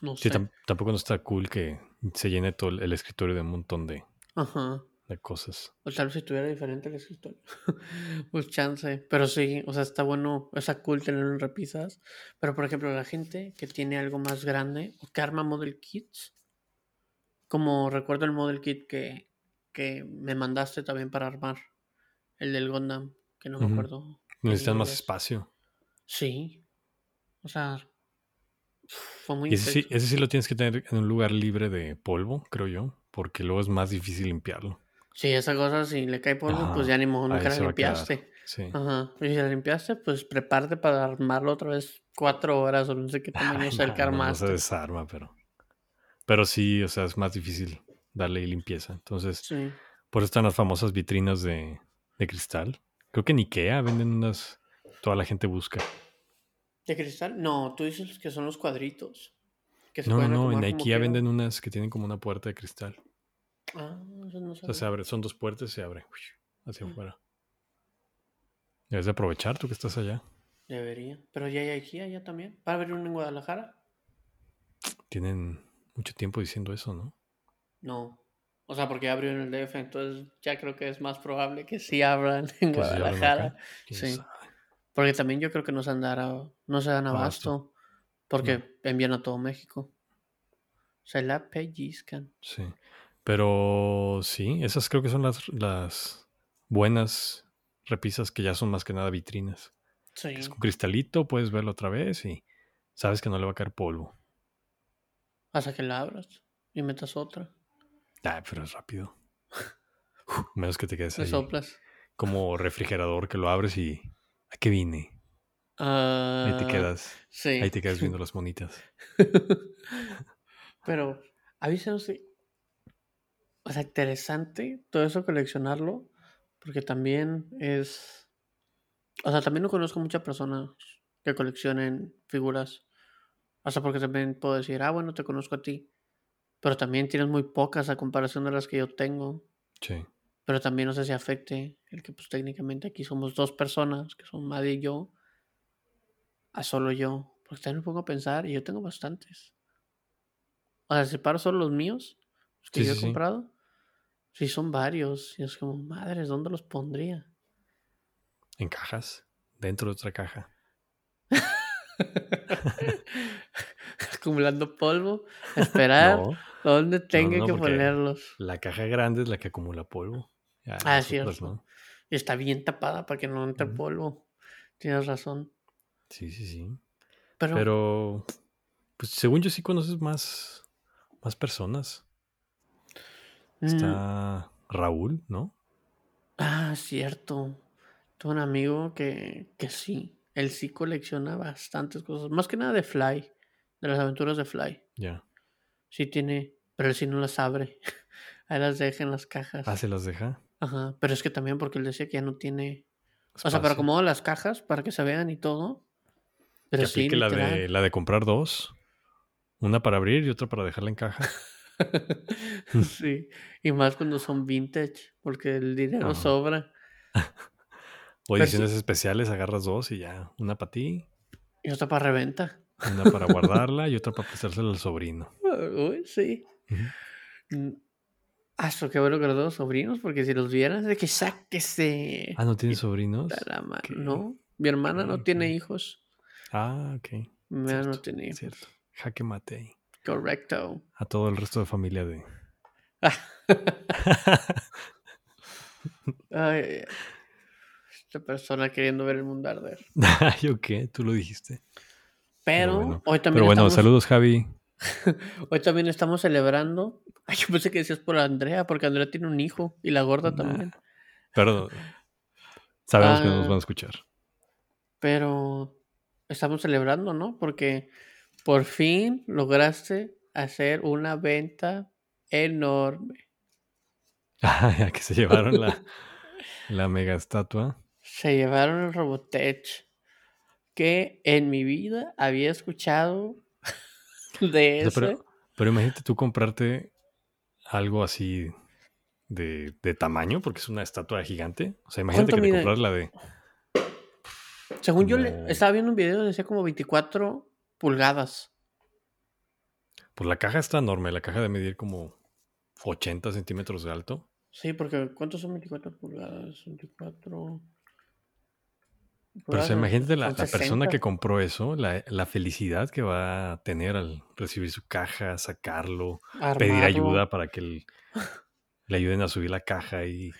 B: No
A: Sí,
B: sé.
A: tam- tampoco no está cool que se llene todo el el escritorio de un montón de,
B: Ajá.
A: de cosas.
B: O tal vez si estuviera diferente el escritorio. (laughs) pues chance. Pero sí, o sea, está bueno, está cool tenerlo en repisas. Pero por ejemplo, la gente que tiene algo más grande o que arma model kits. Como recuerdo el model kit que, que me mandaste también para armar. El del Gundam, que no me
A: Ujú.
B: acuerdo. qué
A: Necesitan más
B: libro es.
A: espacio.
B: Sí. O sea, fue muy
A: Y ese sí,
B: intenso.
A: ese sí lo tienes que tener en un lugar libre de polvo, creo yo, porque luego es más difícil limpiarlo.
B: Sí, esa cosa, si le cae polvo,
A: Ajá,
B: pues ya ni modo, nunca
A: Ah, ahí
B: la
A: se va a quedar.
B: limpiaste.
A: Sí.
B: Ajá. Y si la limpiaste, pues prepárate para armarlo otra vez cuatro horas o no
A: (laughs)
B: sé qué tamaño
A: Ay,
B: sea el que
A: no, no, no
B: armaste.
A: se desarma, pero. Pero sí, o sea, es más difícil darle limpieza. Entonces,
B: Sí.
A: por eso están las famosas vitrinas de, de cristal. Creo que en Ikea venden unas. Toda la gente busca.
B: ¿De cristal? No, tú dices que son los cuadritos. Que se
A: No, no,
B: pueden
A: no. En
B: acomodar como
A: Ikea
B: quieran.
A: venden unas que tienen como una puerta de cristal.
B: Ah, eso no
A: O sea, se
B: sabía.
A: abre, son dos puertas y se abre. uy, Hacia
B: Mm.
A: afuera. Debes de aprovechar tú que estás allá.
B: Debería. Pero ya hay aquí, allá también. ¿Va a haber uno en Guadalajara?
A: Tienen mucho tiempo diciendo eso, ¿no?
B: No. O sea, porque ya abrió en el DF, entonces ya creo que es más probable que sí abran en
A: Que se abran
B: Guadalajara.
A: acá. ¿Quién
B: Sí.
A: sabe?
B: Porque también yo creo que no se han dado, no se dan
A: Abasto.
B: abasto. Porque envían a todo México. Se la pellizcan.
A: Sí. Pero sí, esas creo que son las, las buenas repisas que ya son más que nada vitrinas.
B: Sí.
A: Es con cristalito, puedes verlo otra vez y sabes que no le va a caer polvo.
B: Hasta que la abras y metas otra.
A: Ah, pero es rápido. (laughs) Menos que te quedes
B: Le
A: ahí.
B: soplas.
A: Como refrigerador que lo abres y. ¿A qué vine? Ahí te
B: Ah,
A: quedas.
B: Sí.
A: Ahí te quedas viendo las monitas.
B: (laughs) Pero avísenos si. O sea, interesante todo eso coleccionarlo. Porque también es. O sea, también no conozco muchas personas que coleccionen figuras. O sea, porque también puedo decir, ah, bueno, te conozco a ti. Pero también tienes muy pocas a comparación de las que yo tengo.
A: Sí.
B: Pero también no sé si afecte el que pues técnicamente aquí somos dos personas, que son Maddy y yo, a solo yo. Porque también me pongo a pensar y yo tengo bastantes. O sea, separo solo los míos, los que
A: Sí,
B: yo he
A: sí, sí.
B: comprado. Sí, son varios. Y es como, madres, ¿dónde los pondría? (laughs)
A: En cajas. Dentro de otra caja.
B: Acumulando polvo, a esperar
A: No,
B: dónde tenga
A: no,
B: que
A: porque-
B: ponerlos.
A: la caja grande es la que acumula polvo. Ya,
B: Ah,
A: las
B: cierto.
A: otras no.
B: Y está bien tapada para que no entre
A: Ujú.
B: polvo. Tienes razón.
A: Sí, sí, sí.
B: Pero,
A: Pero, pues según yo sí conoces más, más personas.
B: mm,
A: Está Raúl, ¿no?
B: Ah, cierto. Tuve un amigo que, que sí, él sí colecciona bastantes cosas, más que nada de Fly, de las aventuras de Fly.
A: Ya.
B: Sí tiene, pero él sí no las abre. (laughs) Ahí las deja en las cajas.
A: Ah, se las deja.
B: Ajá, pero es que también porque él decía que ya no tiene, o sea, pero
A: Espacio.
B: acomoda las cajas para que se vean y todo. Pero
A: que
B: sí,
A: aplique la de,
B: literal.
A: la de comprar dos. Una para abrir y otra para dejarla en
B: (laughs)
A: caja.
B: (laughs) sí, y más cuando son vintage, porque el dinero
A: Ajá.
B: sobra.
A: O
B: Pero
A: ediciones especiales, agarras dos y ya. Una para ti,
B: Y otra para reventa.
A: una para guardarla y otra para prestársela al sobrino.
B: Uy, sí.
A: Ujú.
B: Ah, eso qué bueno que los dos sobrinos, porque si los vieran es de que sáquese.
A: Ah, ¿no tienes
B: Y
A: sobrinos?
B: ta la ma-
A: ok,
B: No, mi hermana no
A: ok,
B: tiene
A: ok.
B: hijos.
A: Ah, ok.
B: Mi hermana no
A: Cierto,
B: tiene hijos.
A: Cierto. Jaque mate ahí.
B: Correcto.
A: A todo el resto de familia
B: (laughs)
A: de... (laughs)
B: Ay, ay, ay. esta persona queriendo ver el mundo arder.
A: ¿Yo qué? Tú lo dijiste.
B: Pero
A: bueno,
B: hoy también
A: Pero bueno,
B: estamos,
A: saludos, Javi.
B: hoy también estamos celebrando. Ay, yo pensé que decías por Andrea, porque Andrea tiene un hijo y la gorda también.
A: Perdón. Sabemos que no
B: Ah.
A: nos van a escuchar. (laughs)
B: Pero estamos celebrando, ¿no? Porque por fin lograste hacer una venta enorme.
A: Ah, ya que se llevaron la, la mega estatua.
B: Se llevaron el Robotech que en mi vida había escuchado (laughs) de
A: O sea,
B: ese.
A: pero, pero imagínate tú comprarte algo así de, de tamaño, porque es una estatua gigante. O sea, imagínate
B: ¿Cuánto
A: que te
B: mide?
A: compras la de.
B: Según yo le-
A: como-
B: estaba viendo un video, decía como 24 pulgadas.
A: Pues la caja está enorme, la caja de medir como 80 centímetros de alto.
B: Sí, porque ¿cuántos son 24 pulgadas? 24.
A: Pero o sea,
B: pulgadas,
A: imagínate la,
B: son
A: la persona
B: 60.
A: que compró eso, la, la felicidad que va a tener al recibir su caja, sacarlo, pedir
B: Armarlo.
A: ayuda para que el- le ayuden a subir la caja y,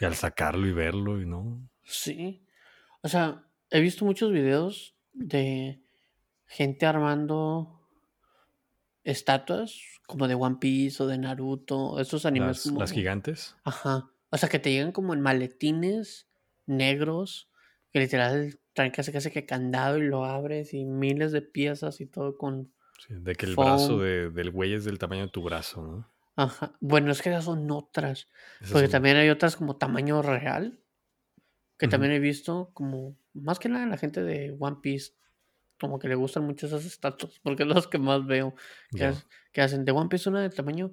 A: y al sacarlo y verlo y no.
B: (laughs) Sí. O sea, he visto muchos videos de gente armando estatuas como de One Piece o de Naruto, esos animes
A: Las,
B: como...
A: las gigantes.
B: Ajá. O sea, que te llegan como en maletines negros, que literal traen casi casi que candado y lo abres y miles de piezas y todo con...
A: Sí, de que el
B: Foam.
A: brazo de- del güey es del tamaño de tu brazo, ¿no?
B: Ajá. Bueno, es que esas son otras.
A: Esas
B: Porque
A: son-
B: también hay otras como tamaño real, que
A: Ujú.
B: también he visto como, más que nada la gente de One Piece, como que le gustan mucho esas estatuas, (laughs) porque es las que más veo, que,
A: Ya.
B: ha- que hacen de One Piece una de tamaño,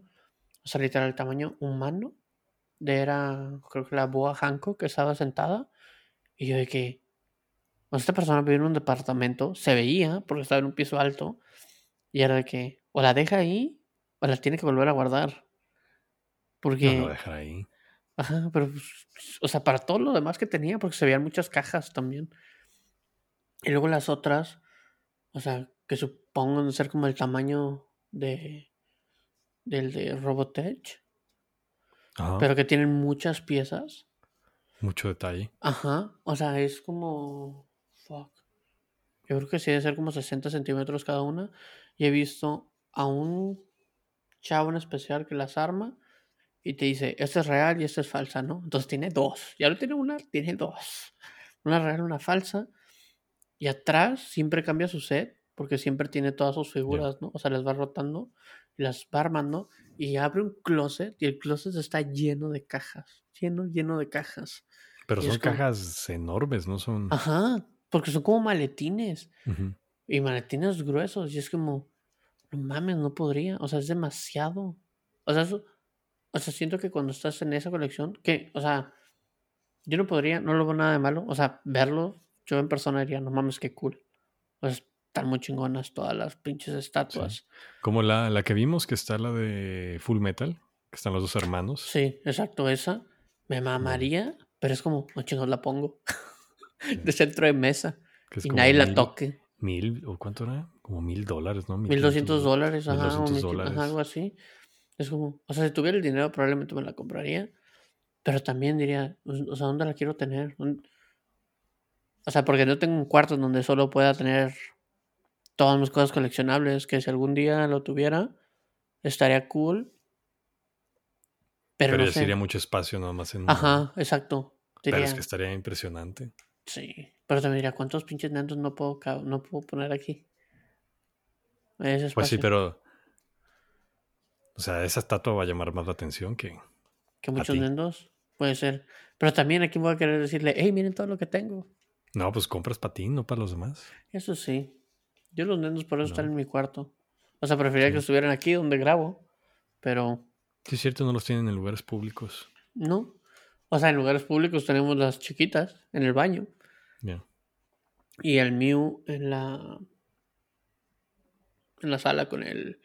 B: o sea, literal, tamaño humano, de era, creo que la boa Hanko que estaba sentada, y yo de que, o sea, esta persona vivía en un departamento, se veía, porque estaba en un piso alto, y era de que, o la deja ahí, o la tiene que volver a guardar. Porque...
A: No la voy a dejar ahí.
B: Ajá, pero, pues, o sea, para todo lo demás que tenía, porque se veían muchas cajas también. Y luego las otras, o sea, que supongo ser como el tamaño de del de Robotech,
A: Ajá,
B: pero que tienen muchas piezas.
A: Mucho detalle.
B: Ajá, o sea, es como... Fuck. Yo creo que sí debe ser como 60 centímetros cada una. Y he visto a un chavo en especial que las arma y te dice, esta es real y esta es falsa, ¿no? Entonces tiene dos. Ya no tiene una, tiene dos. Una real, una falsa. Y atrás siempre cambia su set porque siempre tiene todas sus figuras, ¿no? O sea, las va rotando, las va armando y abre un closet y el closet está lleno de cajas. Lleno, lleno de cajas.
A: Pero
B: Y
A: son
B: es como- Ah.
A: cajas enormes, ¿no? Son.
B: Ajá, porque son como maletines.
A: Ujú.
B: Y maletines gruesos. Y es como, no mames, no podría. O sea, es demasiado. O sea, eso- o sea, siento que cuando estás en esa colección, que, o sea, yo no podría, no lo veo nada de malo. O sea, verlo, yo en persona diría, no mames, qué cool. O sea, están muy chingonas todas las pinches estatuas.
A: Como la, la que vimos, que está la de Full Metal, que están los dos hermanos.
B: Sí, exacto, esa. Me mamaría, pero es como, no chingos la pongo. (laughs) de centro de mesa.
A: que es
B: y
A: como
B: nadie la
A: mil-
B: toque.
A: Mil, ¿o cuánto era? Como mil dólares, ¿no?
B: 1200 dólares, ajá, o
A: 1200
B: $1,000, ajá,
A: dólares.
B: algo así. Es como, o sea, si tuviera el dinero probablemente me la compraría, pero también diría, o o sea, ¿dónde la quiero tener? Un- O sea, porque no tengo un cuarto en donde solo pueda tener todas mis cosas coleccionables, que si algún día lo tuviera, estaría cool, pero,
A: Pero
B: no
A: ya sería
B: sé.
A: mucho espacio nada más en una, ¿no?
B: Ajá, exacto.
A: Pero
B: Diría,
A: es que estaría impresionante.
B: sí, pero también diría, ¿cuántos pinches nandos no puedo, ca- no puedo poner aquí? Ese
A: Pues sí,
B: espacio,
A: pero. O sea, esa estatua va a llamar más la atención que.
B: que
A: a
B: muchos
A: ti.
B: nendos puede ser. Pero también aquí voy a querer decirle, hey, miren todo lo que tengo.
A: No, pues compras para ti, no para los demás.
B: Eso sí. Yo los nendos por eso están
A: No.
B: en mi cuarto. O sea, preferiría que
A: Sí.
B: estuvieran aquí donde grabo. Pero
A: Sí, es cierto, no los tienen en lugares públicos.
B: no. O sea, en lugares públicos tenemos las chiquitas en el baño.
A: Ya.
B: Y el Mew en la. en la sala con el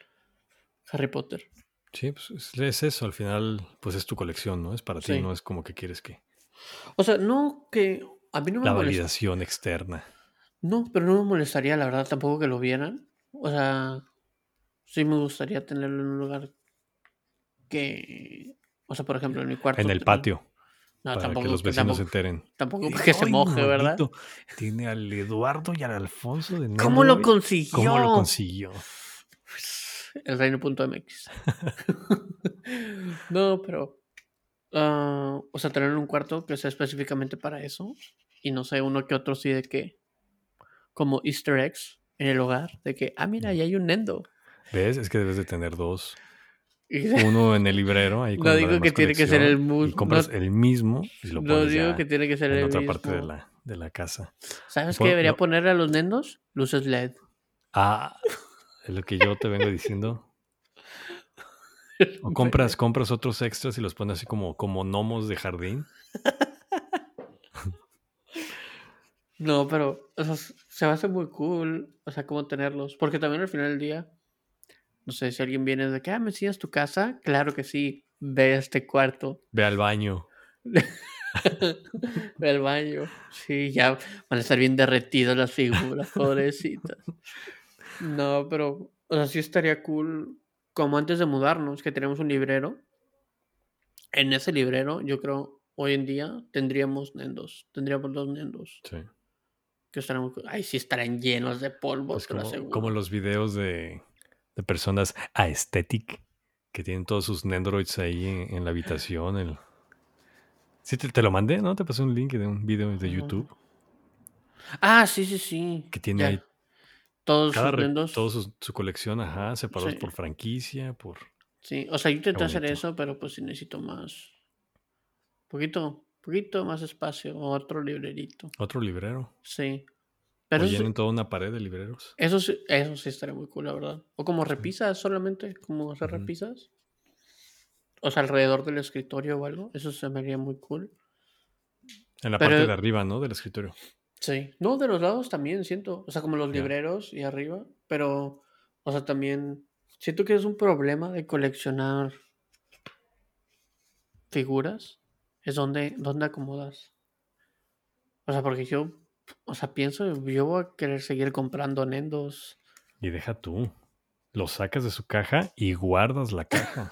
B: Harry Potter.
A: Sí, pues es, es eso. Al final, pues es tu colección, ¿no? Es para
B: Sí.
A: ti, no es como que quieres que.
B: O sea, no que. A mí no me
A: La
B: molesta.
A: validación externa.
B: No, pero no me molestaría, la verdad, tampoco que lo vieran. O sea, sí me gustaría tenerlo en un lugar que. O sea, por ejemplo, en mi cuarto.
A: En el
B: tener-
A: patio,
B: Ah, No,
A: para
B: tampoco
A: que los
B: que,
A: vecinos se
B: tampoco, (laughs)
A: enteren.
B: tampoco
A: Dice,
B: que se
A: "Ay,
B: moje, ¿verdad?
A: maldito, Tiene al Eduardo y al Alfonso de
B: ¿Cómo lo
A: novio.
B: consiguió?
A: ¿Cómo lo consiguió?
B: El reino.mx. (laughs) no, pero. ah, o sea, tener un cuarto que sea específicamente para eso. Y no sé, uno que otro sí de que. Como Easter eggs en el hogar. De que, ah, mira, ahí hay un Nendo.
A: ¿Ves? Es que debes de tener dos.
B: Y- (laughs)
A: Uno en el librero. Ahí con
B: No
A: la
B: digo
A: demás
B: que tiene que ser
A: colección,
B: el mu-
A: Y compras
B: Pues, no-
A: el mismo y lo
B: No
A: pones
B: digo
A: ya
B: que tiene que ser
A: en
B: el
A: otra
B: mismo.
A: parte de la, de la casa.
B: ¿Sabes
A: Pon-
B: qué debería
A: no.
B: ponerle a los nendos? Luces LED.
A: Ah, es lo que yo te vengo diciendo.
B: (laughs)
A: O compras, compras otros extras y los pones así como, como gnomos de jardín.
B: No, pero o sea, s- se me hace muy cool. O sea, cómo tenerlos. Porque también al final del día, no sé, si alguien viene de que, ah, ¿me enseñas tu casa? Claro que sí. Ve a este cuarto.
A: Ve al baño.
B: Ve al baño. Sí, ya van a estar bien derretidas las figuras, pobrecitas. No, pero, o sea, sí estaría cool. Como antes de mudarnos, que tenemos un librero. En ese librero, yo creo, hoy en día tendríamos nendos. Tendríamos dos nendos.
A: Sí.
B: Que estarán, muy- ay, sí estarán llenos de polvo,
A: Pues
B: te lo
A: como,
B: aseguro.
A: como los videos de, de personas aesthetic que tienen todos sus Nendoroids ahí en, en la habitación. El... Sí, te, te lo mandé, ¿no? Te pasé un link de un video de
B: Ah.
A: YouTube
B: Ah, sí, sí, sí.
A: que tiene
B: ya.
A: ahí
B: Todos
A: cada
B: sus
A: re-
B: nendos.
A: toda su, su colección, ajá, separados
B: Sí.
A: por franquicia, por...
B: Sí, o sea, yo intenté hacer
A: bonito.
B: eso, pero pues sí necesito más. Poquito, poquito más espacio. Otro librerito.
A: Otro librero.
B: Sí.
A: Pero
B: Pero eso,
A: llenen toda una pared de libreros.
B: Eso sí, eso sí estaría muy cool, la verdad. O como repisas solamente, como hacer
A: Ujú.
B: repisas. O sea, alrededor del escritorio o algo. Eso se me haría muy cool.
A: En la
B: Pero-
A: parte de arriba, ¿no? Del escritorio.
B: Sí. No, de los lados también siento. O sea, como los
A: Ya.
B: libreros y arriba. Pero, o sea, también siento que es un problema de coleccionar figuras. Es donde, donde acomodas. O sea, porque yo, o sea, pienso, yo voy a querer seguir comprando nendos.
A: Y deja tú. Lo sacas de su caja y guardas la
B: (laughs)
A: caja.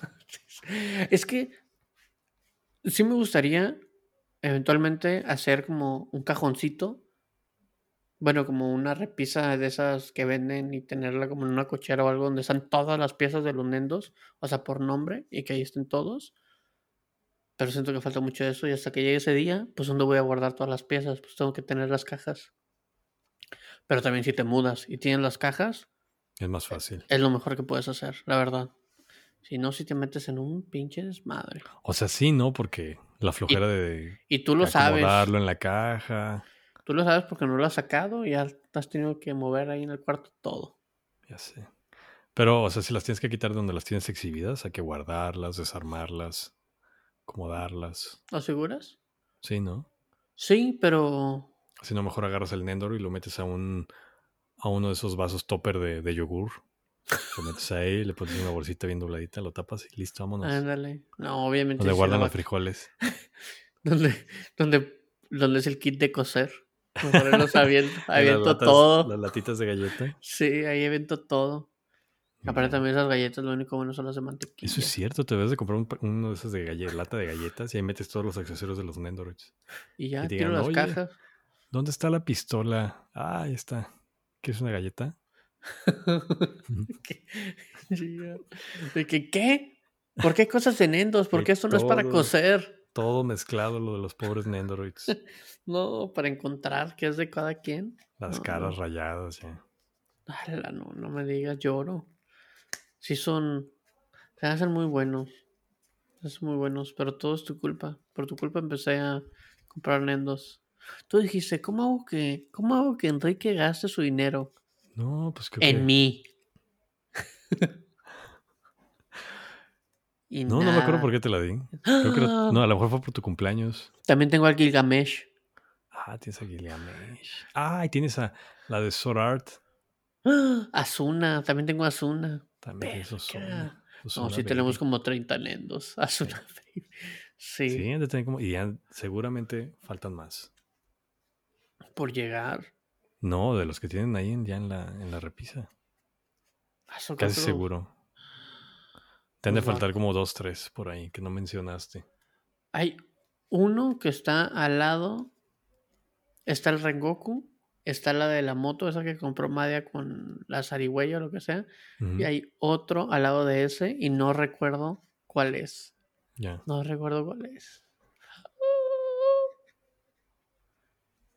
B: Es que sí me gustaría eventualmente hacer como un cajoncito Bueno, como una repisa de esas que venden y tenerla como en una cochera o algo donde están todas las piezas de los Nendos, o sea, por nombre y que ahí estén todos. Pero siento que falta mucho de eso y hasta que llegue ese día, pues ¿dónde voy a guardar todas las piezas? Pues tengo que tener las cajas. Pero también si te mudas y tienes las cajas,
A: Es más fácil.
B: es lo mejor que puedes hacer, la verdad. Si no, si te metes en un pinche desmadre.
A: O sea, sí, ¿no? Porque la flojera de,
B: Y tú lo sabes.
A: acomodarlo en la caja.
B: Tú lo sabes porque no lo has sacado y has has tenido que mover ahí en el cuarto todo.
A: Ya sé. Pero, o sea, si las tienes que quitar de donde las tienes exhibidas, hay que guardarlas, desarmarlas, acomodarlas.
B: ¿Lo aseguras?
A: Sí, ¿no?
B: Sí, pero
A: Si no, mejor agarras el Nendor y lo metes a un a uno de esos vasos topper de, de yogur. Lo metes ahí, le pones una bolsita bien dobladita, lo tapas y listo, vámonos.
B: ándale. Ah, No, obviamente.
A: donde
B: sí,
A: guardan
B: la
A: los
B: vaca-
A: frijoles.
B: (laughs) donde, donde, donde es el kit de coser. Mejor
A: (laughs)
B: los aviento,
A: Y las
B: aviento
A: latas-
B: todo.
A: Las latitas de galleta.
B: (laughs) Sí, ahí aviento todo. Aparte también esas galletas, lo único bueno son las de mantequilla.
A: Eso es cierto, te debes de comprar un pa- uno de esos de galle- lata de galletas y ahí metes todos los accesorios de los Nendoroids.
B: Y ya,
A: que
B: tiro
A: digan,
B: las
A: "Oye".
B: cajas.
A: ¿Dónde está la pistola? Ah, ahí está. ¿Quieres una galleta?
B: (laughs) ¿Qué? Sí, ya. De que, ¿qué? ¿Por qué cosas en endos? ¿Por
A: De
B: qué esto no es para
A: todo.
B: coser?
A: Todo mezclado lo de los pobres
B: (laughs)
A: Nendoroids.
B: No, para encontrar qué es de cada quien.
A: Las
B: No.
A: caras rayadas, ya.
B: Ala, no, no me digas, lloro. Sí son, se hacen muy buenos. Se hacen muy buenos, pero todo es tu culpa. Por tu culpa empecé a comprar Nendos. Tú dijiste, ¿cómo hago que, cómo hago que Enrique gaste su dinero
A: No, pues creo que... (laughs)
B: en mí? Y
A: No, no me acuerdo
B: nada.
A: por qué te la di. Creo que
B: Ah.
A: era- No, a lo mejor fue por tu cumpleaños.
B: También tengo al Gilgamesh.
A: Ah, tienes a Gilgamesh. Ah, y tienes a la de Sword Art.
B: ¡Ah! Asuna, también tengo a Asuna.
A: También tienes Osuna.
B: Verga.
A: Osuna
B: No, sí tenemos
A: Baby.
B: como 30 (laughs) Nendos. Asuna, baby. Sí.
A: Sí, han de tener como... Y han- seguramente faltan más.
B: por llegar.
A: No, de los que tienen ahí en- ya en la, en la repisa.
B: Ah, son
A: Casi
B: cuatro.
A: seguro. Te han de
B: Pues va.
A: faltar como dos, tres por ahí que no mencionaste.
B: Hay uno que está al lado. Está el Rengoku. Está la de la moto, esa que compró Madia con la zarigüeya o lo que sea.
A: Ujú,
B: Y hay otro al lado de ese y no recuerdo cuál es.
A: Ya.
B: No recuerdo cuál es.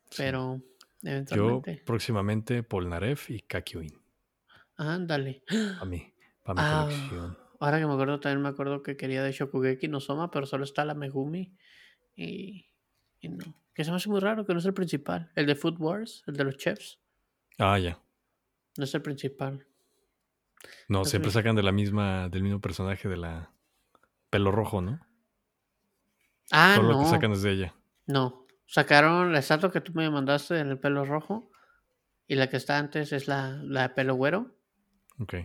A: sí.
B: Pero
A: Yo
B: eventualmente.
A: próximamente Polnarev y Kakyoin.
B: Ándale.
A: A mí, para mi
B: Ah.
A: colección.
B: Ahora que me acuerdo, también me acuerdo que quería de Shokugeki no Soma, pero solo está la Megumi. Y, y no. Que se me hace muy raro que no es el principal. El de Food Wars, el de los chefs,
A: Ah, ya.
B: no es el principal.
A: No,
B: Yo
A: siempre
B: creo-
A: sacan de la misma, del mismo personaje de la pelo rojo, ¿no?
B: Ah,
A: Todo lo
B: no.
A: que sacan es de ella.
B: No. Sacaron la estatua que tú me mandaste en el pelo rojo. Y la que está antes es la, la de pelo güero.
A: Ok.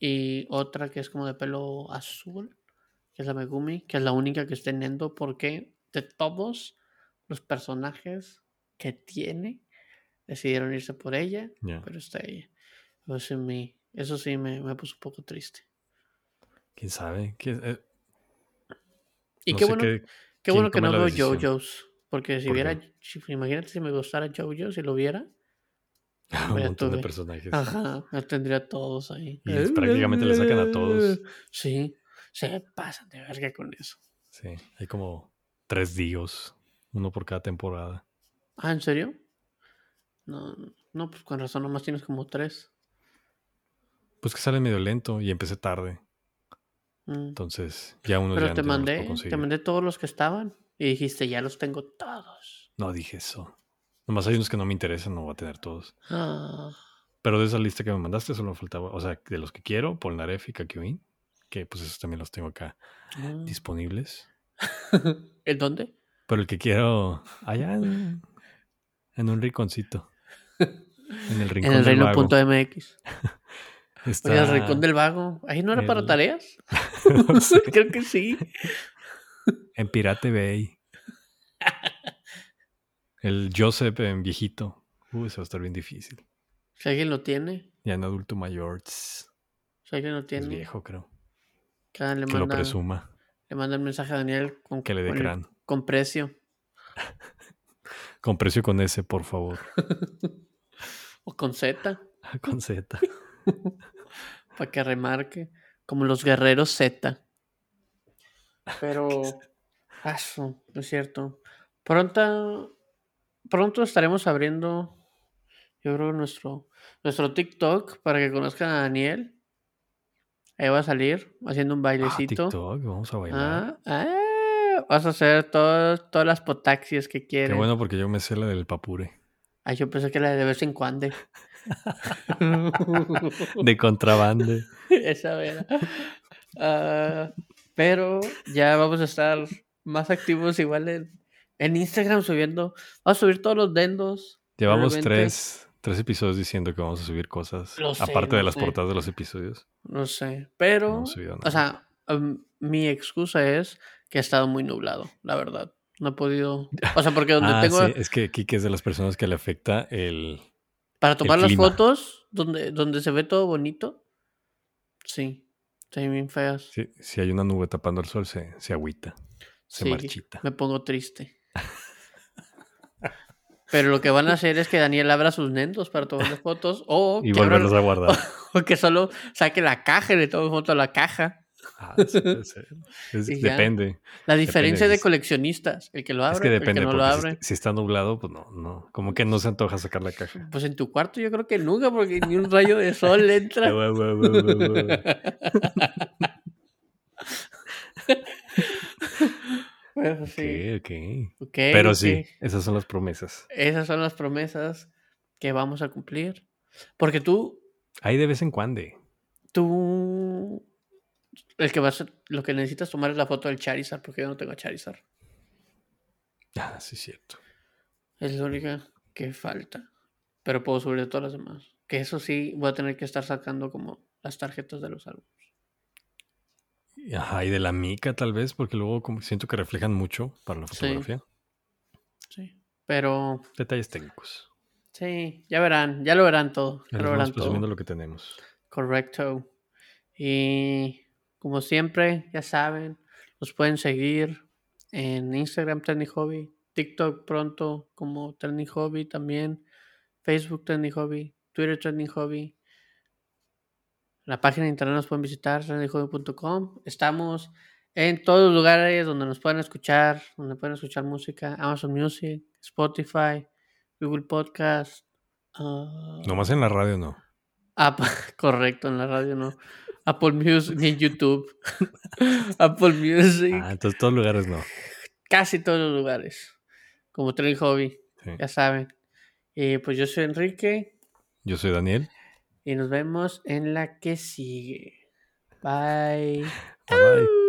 B: Y otra que es como de pelo azul, que es la Megumi, que es la única que está en Endo, porque de todos los personajes que tiene, decidieron irse por ella,
A: Ya.
B: pero está ella. Eso sí me, eso sí me, me puso un poco triste.
A: ¿Quién sabe? ¿Qué- eh,
B: Y
A: no
B: qué
A: sé
B: bueno, qué,
A: quién
B: bueno que
A: tome
B: no
A: la
B: veo
A: decisión.
B: JoJo's, porque si
A: ¿Por
B: viera,
A: qué?
B: si- imagínate si me gustara JoJo's y lo viera,
A: (laughs) un
B: ya
A: montón de
B: tuve.
A: personajes.
B: ajá, los tendría a todos ahí.
A: Y les- prácticamente le sacan a todos.
B: Sí, se pasan de verga con eso.
A: Sí, hay como tres dios, uno por cada temporada.
B: Ah, ¿en serio? No, no, pues con razón nomás tienes como tres.
A: Pues que sale medio lento y empecé tarde.
B: Mm.
A: Entonces, ya uno
B: Pero
A: ya
B: te
A: no los puedo
B: mandé, te
A: conseguir.
B: mandé todos los que estaban y dijiste, ya los tengo todos.
A: No dije eso. Nomás hay unos que no me interesan, no voy a tener todos.
B: Ah,
A: Pero de esa lista que me mandaste solo me faltaba, o sea, de los que quiero, Polnareff y Kakyoin, que pues esos también los tengo acá
B: ah.
A: disponibles.
B: ¿En dónde?
A: Pero el que quiero allá en, en un rinconcito. En el rincón
B: en el
A: del vago.
B: reino.mx. Oye, el
A: Está-
B: rincón
A: (laughs)
B: del vago. ¿Ahí no era para
A: el-
B: tareas?
A: (laughs) no sé,
B: (laughs) Creo que sí.
A: en Pirate Bay. El Joseph en viejito. Uy, se va a estar bien difícil.
B: Si alguien lo tiene,
A: Ya en adulto mayor. tss,
B: si alguien lo tiene,
A: Es viejo, creo.
B: que le,
A: Que lo
B: manda,
A: presuma.
B: le manda el mensaje a Daniel con,
A: Que le dé
B: con el-
A: crán.
B: con precio.
A: Con precio con ese, por favor.
B: O con Z,
A: Ah, con Z.
B: para que remarque. Como los guerreros Z. Pero.
A: (laughs)
B: Paso, no es cierto. Pronta, pronto estaremos abriendo, yo creo, nuestro, nuestro TikTok para que conozcan a Daniel. Ahí va a salir haciendo un
A: Ah,
B: bailecito.
A: TikTok, vamos a bailar.
B: Ah, ah, vas a hacer todas todas las potaxias que
A: Qué
B: quieres.
A: bueno porque yo me sé la del papure.
B: Ay, yo pensé que la de vez en
A: (laughs)
B: cuando. (laughs)
A: De contrabando.
B: (laughs) Esa era. Ah, pero ya vamos a estar más activos igual en, en Instagram subiendo. Vamos a subir todos los dendos.
A: Llevamos
B: Realmente.
A: tres, tres episodios diciendo que vamos a subir cosas.
B: Lo sé,
A: aparte
B: lo
A: de las
B: sé.
A: portadas de los episodios.
B: No sé. Pero,
A: No hemos subido nada.
B: o sea, um, mi excusa es que ha estado muy nublado, la verdad. No he podido. O sea, porque donde
A: (laughs) Ah,
B: tengo.
A: sí, es que Kike es de las personas que le afecta el...
B: Para tomar las
A: clima.
B: fotos, donde, donde se ve todo bonito. Sí. Sí, bien feas.
A: Si, si hay una nube tapando el sol, se, se agüita, se
B: Sí,
A: marchita.
B: Me pongo triste. Pero lo que van a hacer es que Daniel abra sus nendos para tomar las fotos o
A: Y
B: que, abra-
A: volverlos a guardar.
B: (laughs) o que solo saque la caja y le tome foto a la caja.
A: Ah, sí, puede ser. Es-
B: Y ya.
A: depende.
B: La diferencia
A: de
B: de coleccionistas, el que lo abre,
A: es que
B: el que
A: depende.
B: no lo
A: porque si-
B: abre.
A: Si, está nublado, pues no, no. Como que no se antoja sacar la
B: (laughs)
A: caja.
B: Pues en tu cuarto yo creo que nunca porque ni un rayo de
A: (laughs)
B: sol le
A: Ah,
B: entra.
A: guau, guau, guau, guau, guau.
B: Bueno,
A: Ok,
B: (laughs) sí.
A: ok.
B: Ok,
A: Pero
B: ok.
A: sí, esas son las promesas.
B: Esas son las promesas que vamos a cumplir. Porque tú,
A: Hay de vez en cuando.
B: tú, el que vas, a- lo que necesitas tomar es la foto del Charizard, porque yo no tengo Charizard.
A: Ah, sí, es cierto.
B: Es la única que falta. Pero puedo subir de todas las demás. Que eso sí, voy a tener que estar sacando como las tarjetas de los álbumes.
A: Ajá, y de la mica tal vez, porque luego como que siento que reflejan mucho para la
B: Sí.
A: fotografía.
B: Sí. Pero
A: Detalles técnicos.
B: sí, ya verán, ya lo verán todo.
A: Ya
B: Ya lo
A: les vamos
B: verán
A: presumiendo
B: todo.
A: lo que tenemos.
B: Correcto. Y como siempre, ya saben, nos pueden seguir en Instagram Trendy Hobby, TikTok pronto como Trendy Hobby también, Facebook Trendy Hobby, Twitter Trendy Hobby. La página de internet nos pueden visitar, trendyhobby.com. Estamos en todos los lugares donde nos pueden escuchar, donde pueden escuchar música, Amazon Music, Spotify, Google Podcast. ah,
A: Nomás en la radio no.
B: Ah, pa- (laughs) correcto, en la radio no. Apple Music, ni en YouTube. (laughs) Apple Music,
A: Ah, entonces todos lugares no.
B: casi todos los lugares. Como Trail Hobby,
A: Sí.
B: ya saben. Eh, pues yo soy Enrique
A: Yo soy Daniel.
B: y nos vemos en la que sigue. Bye.
A: Bye, bye.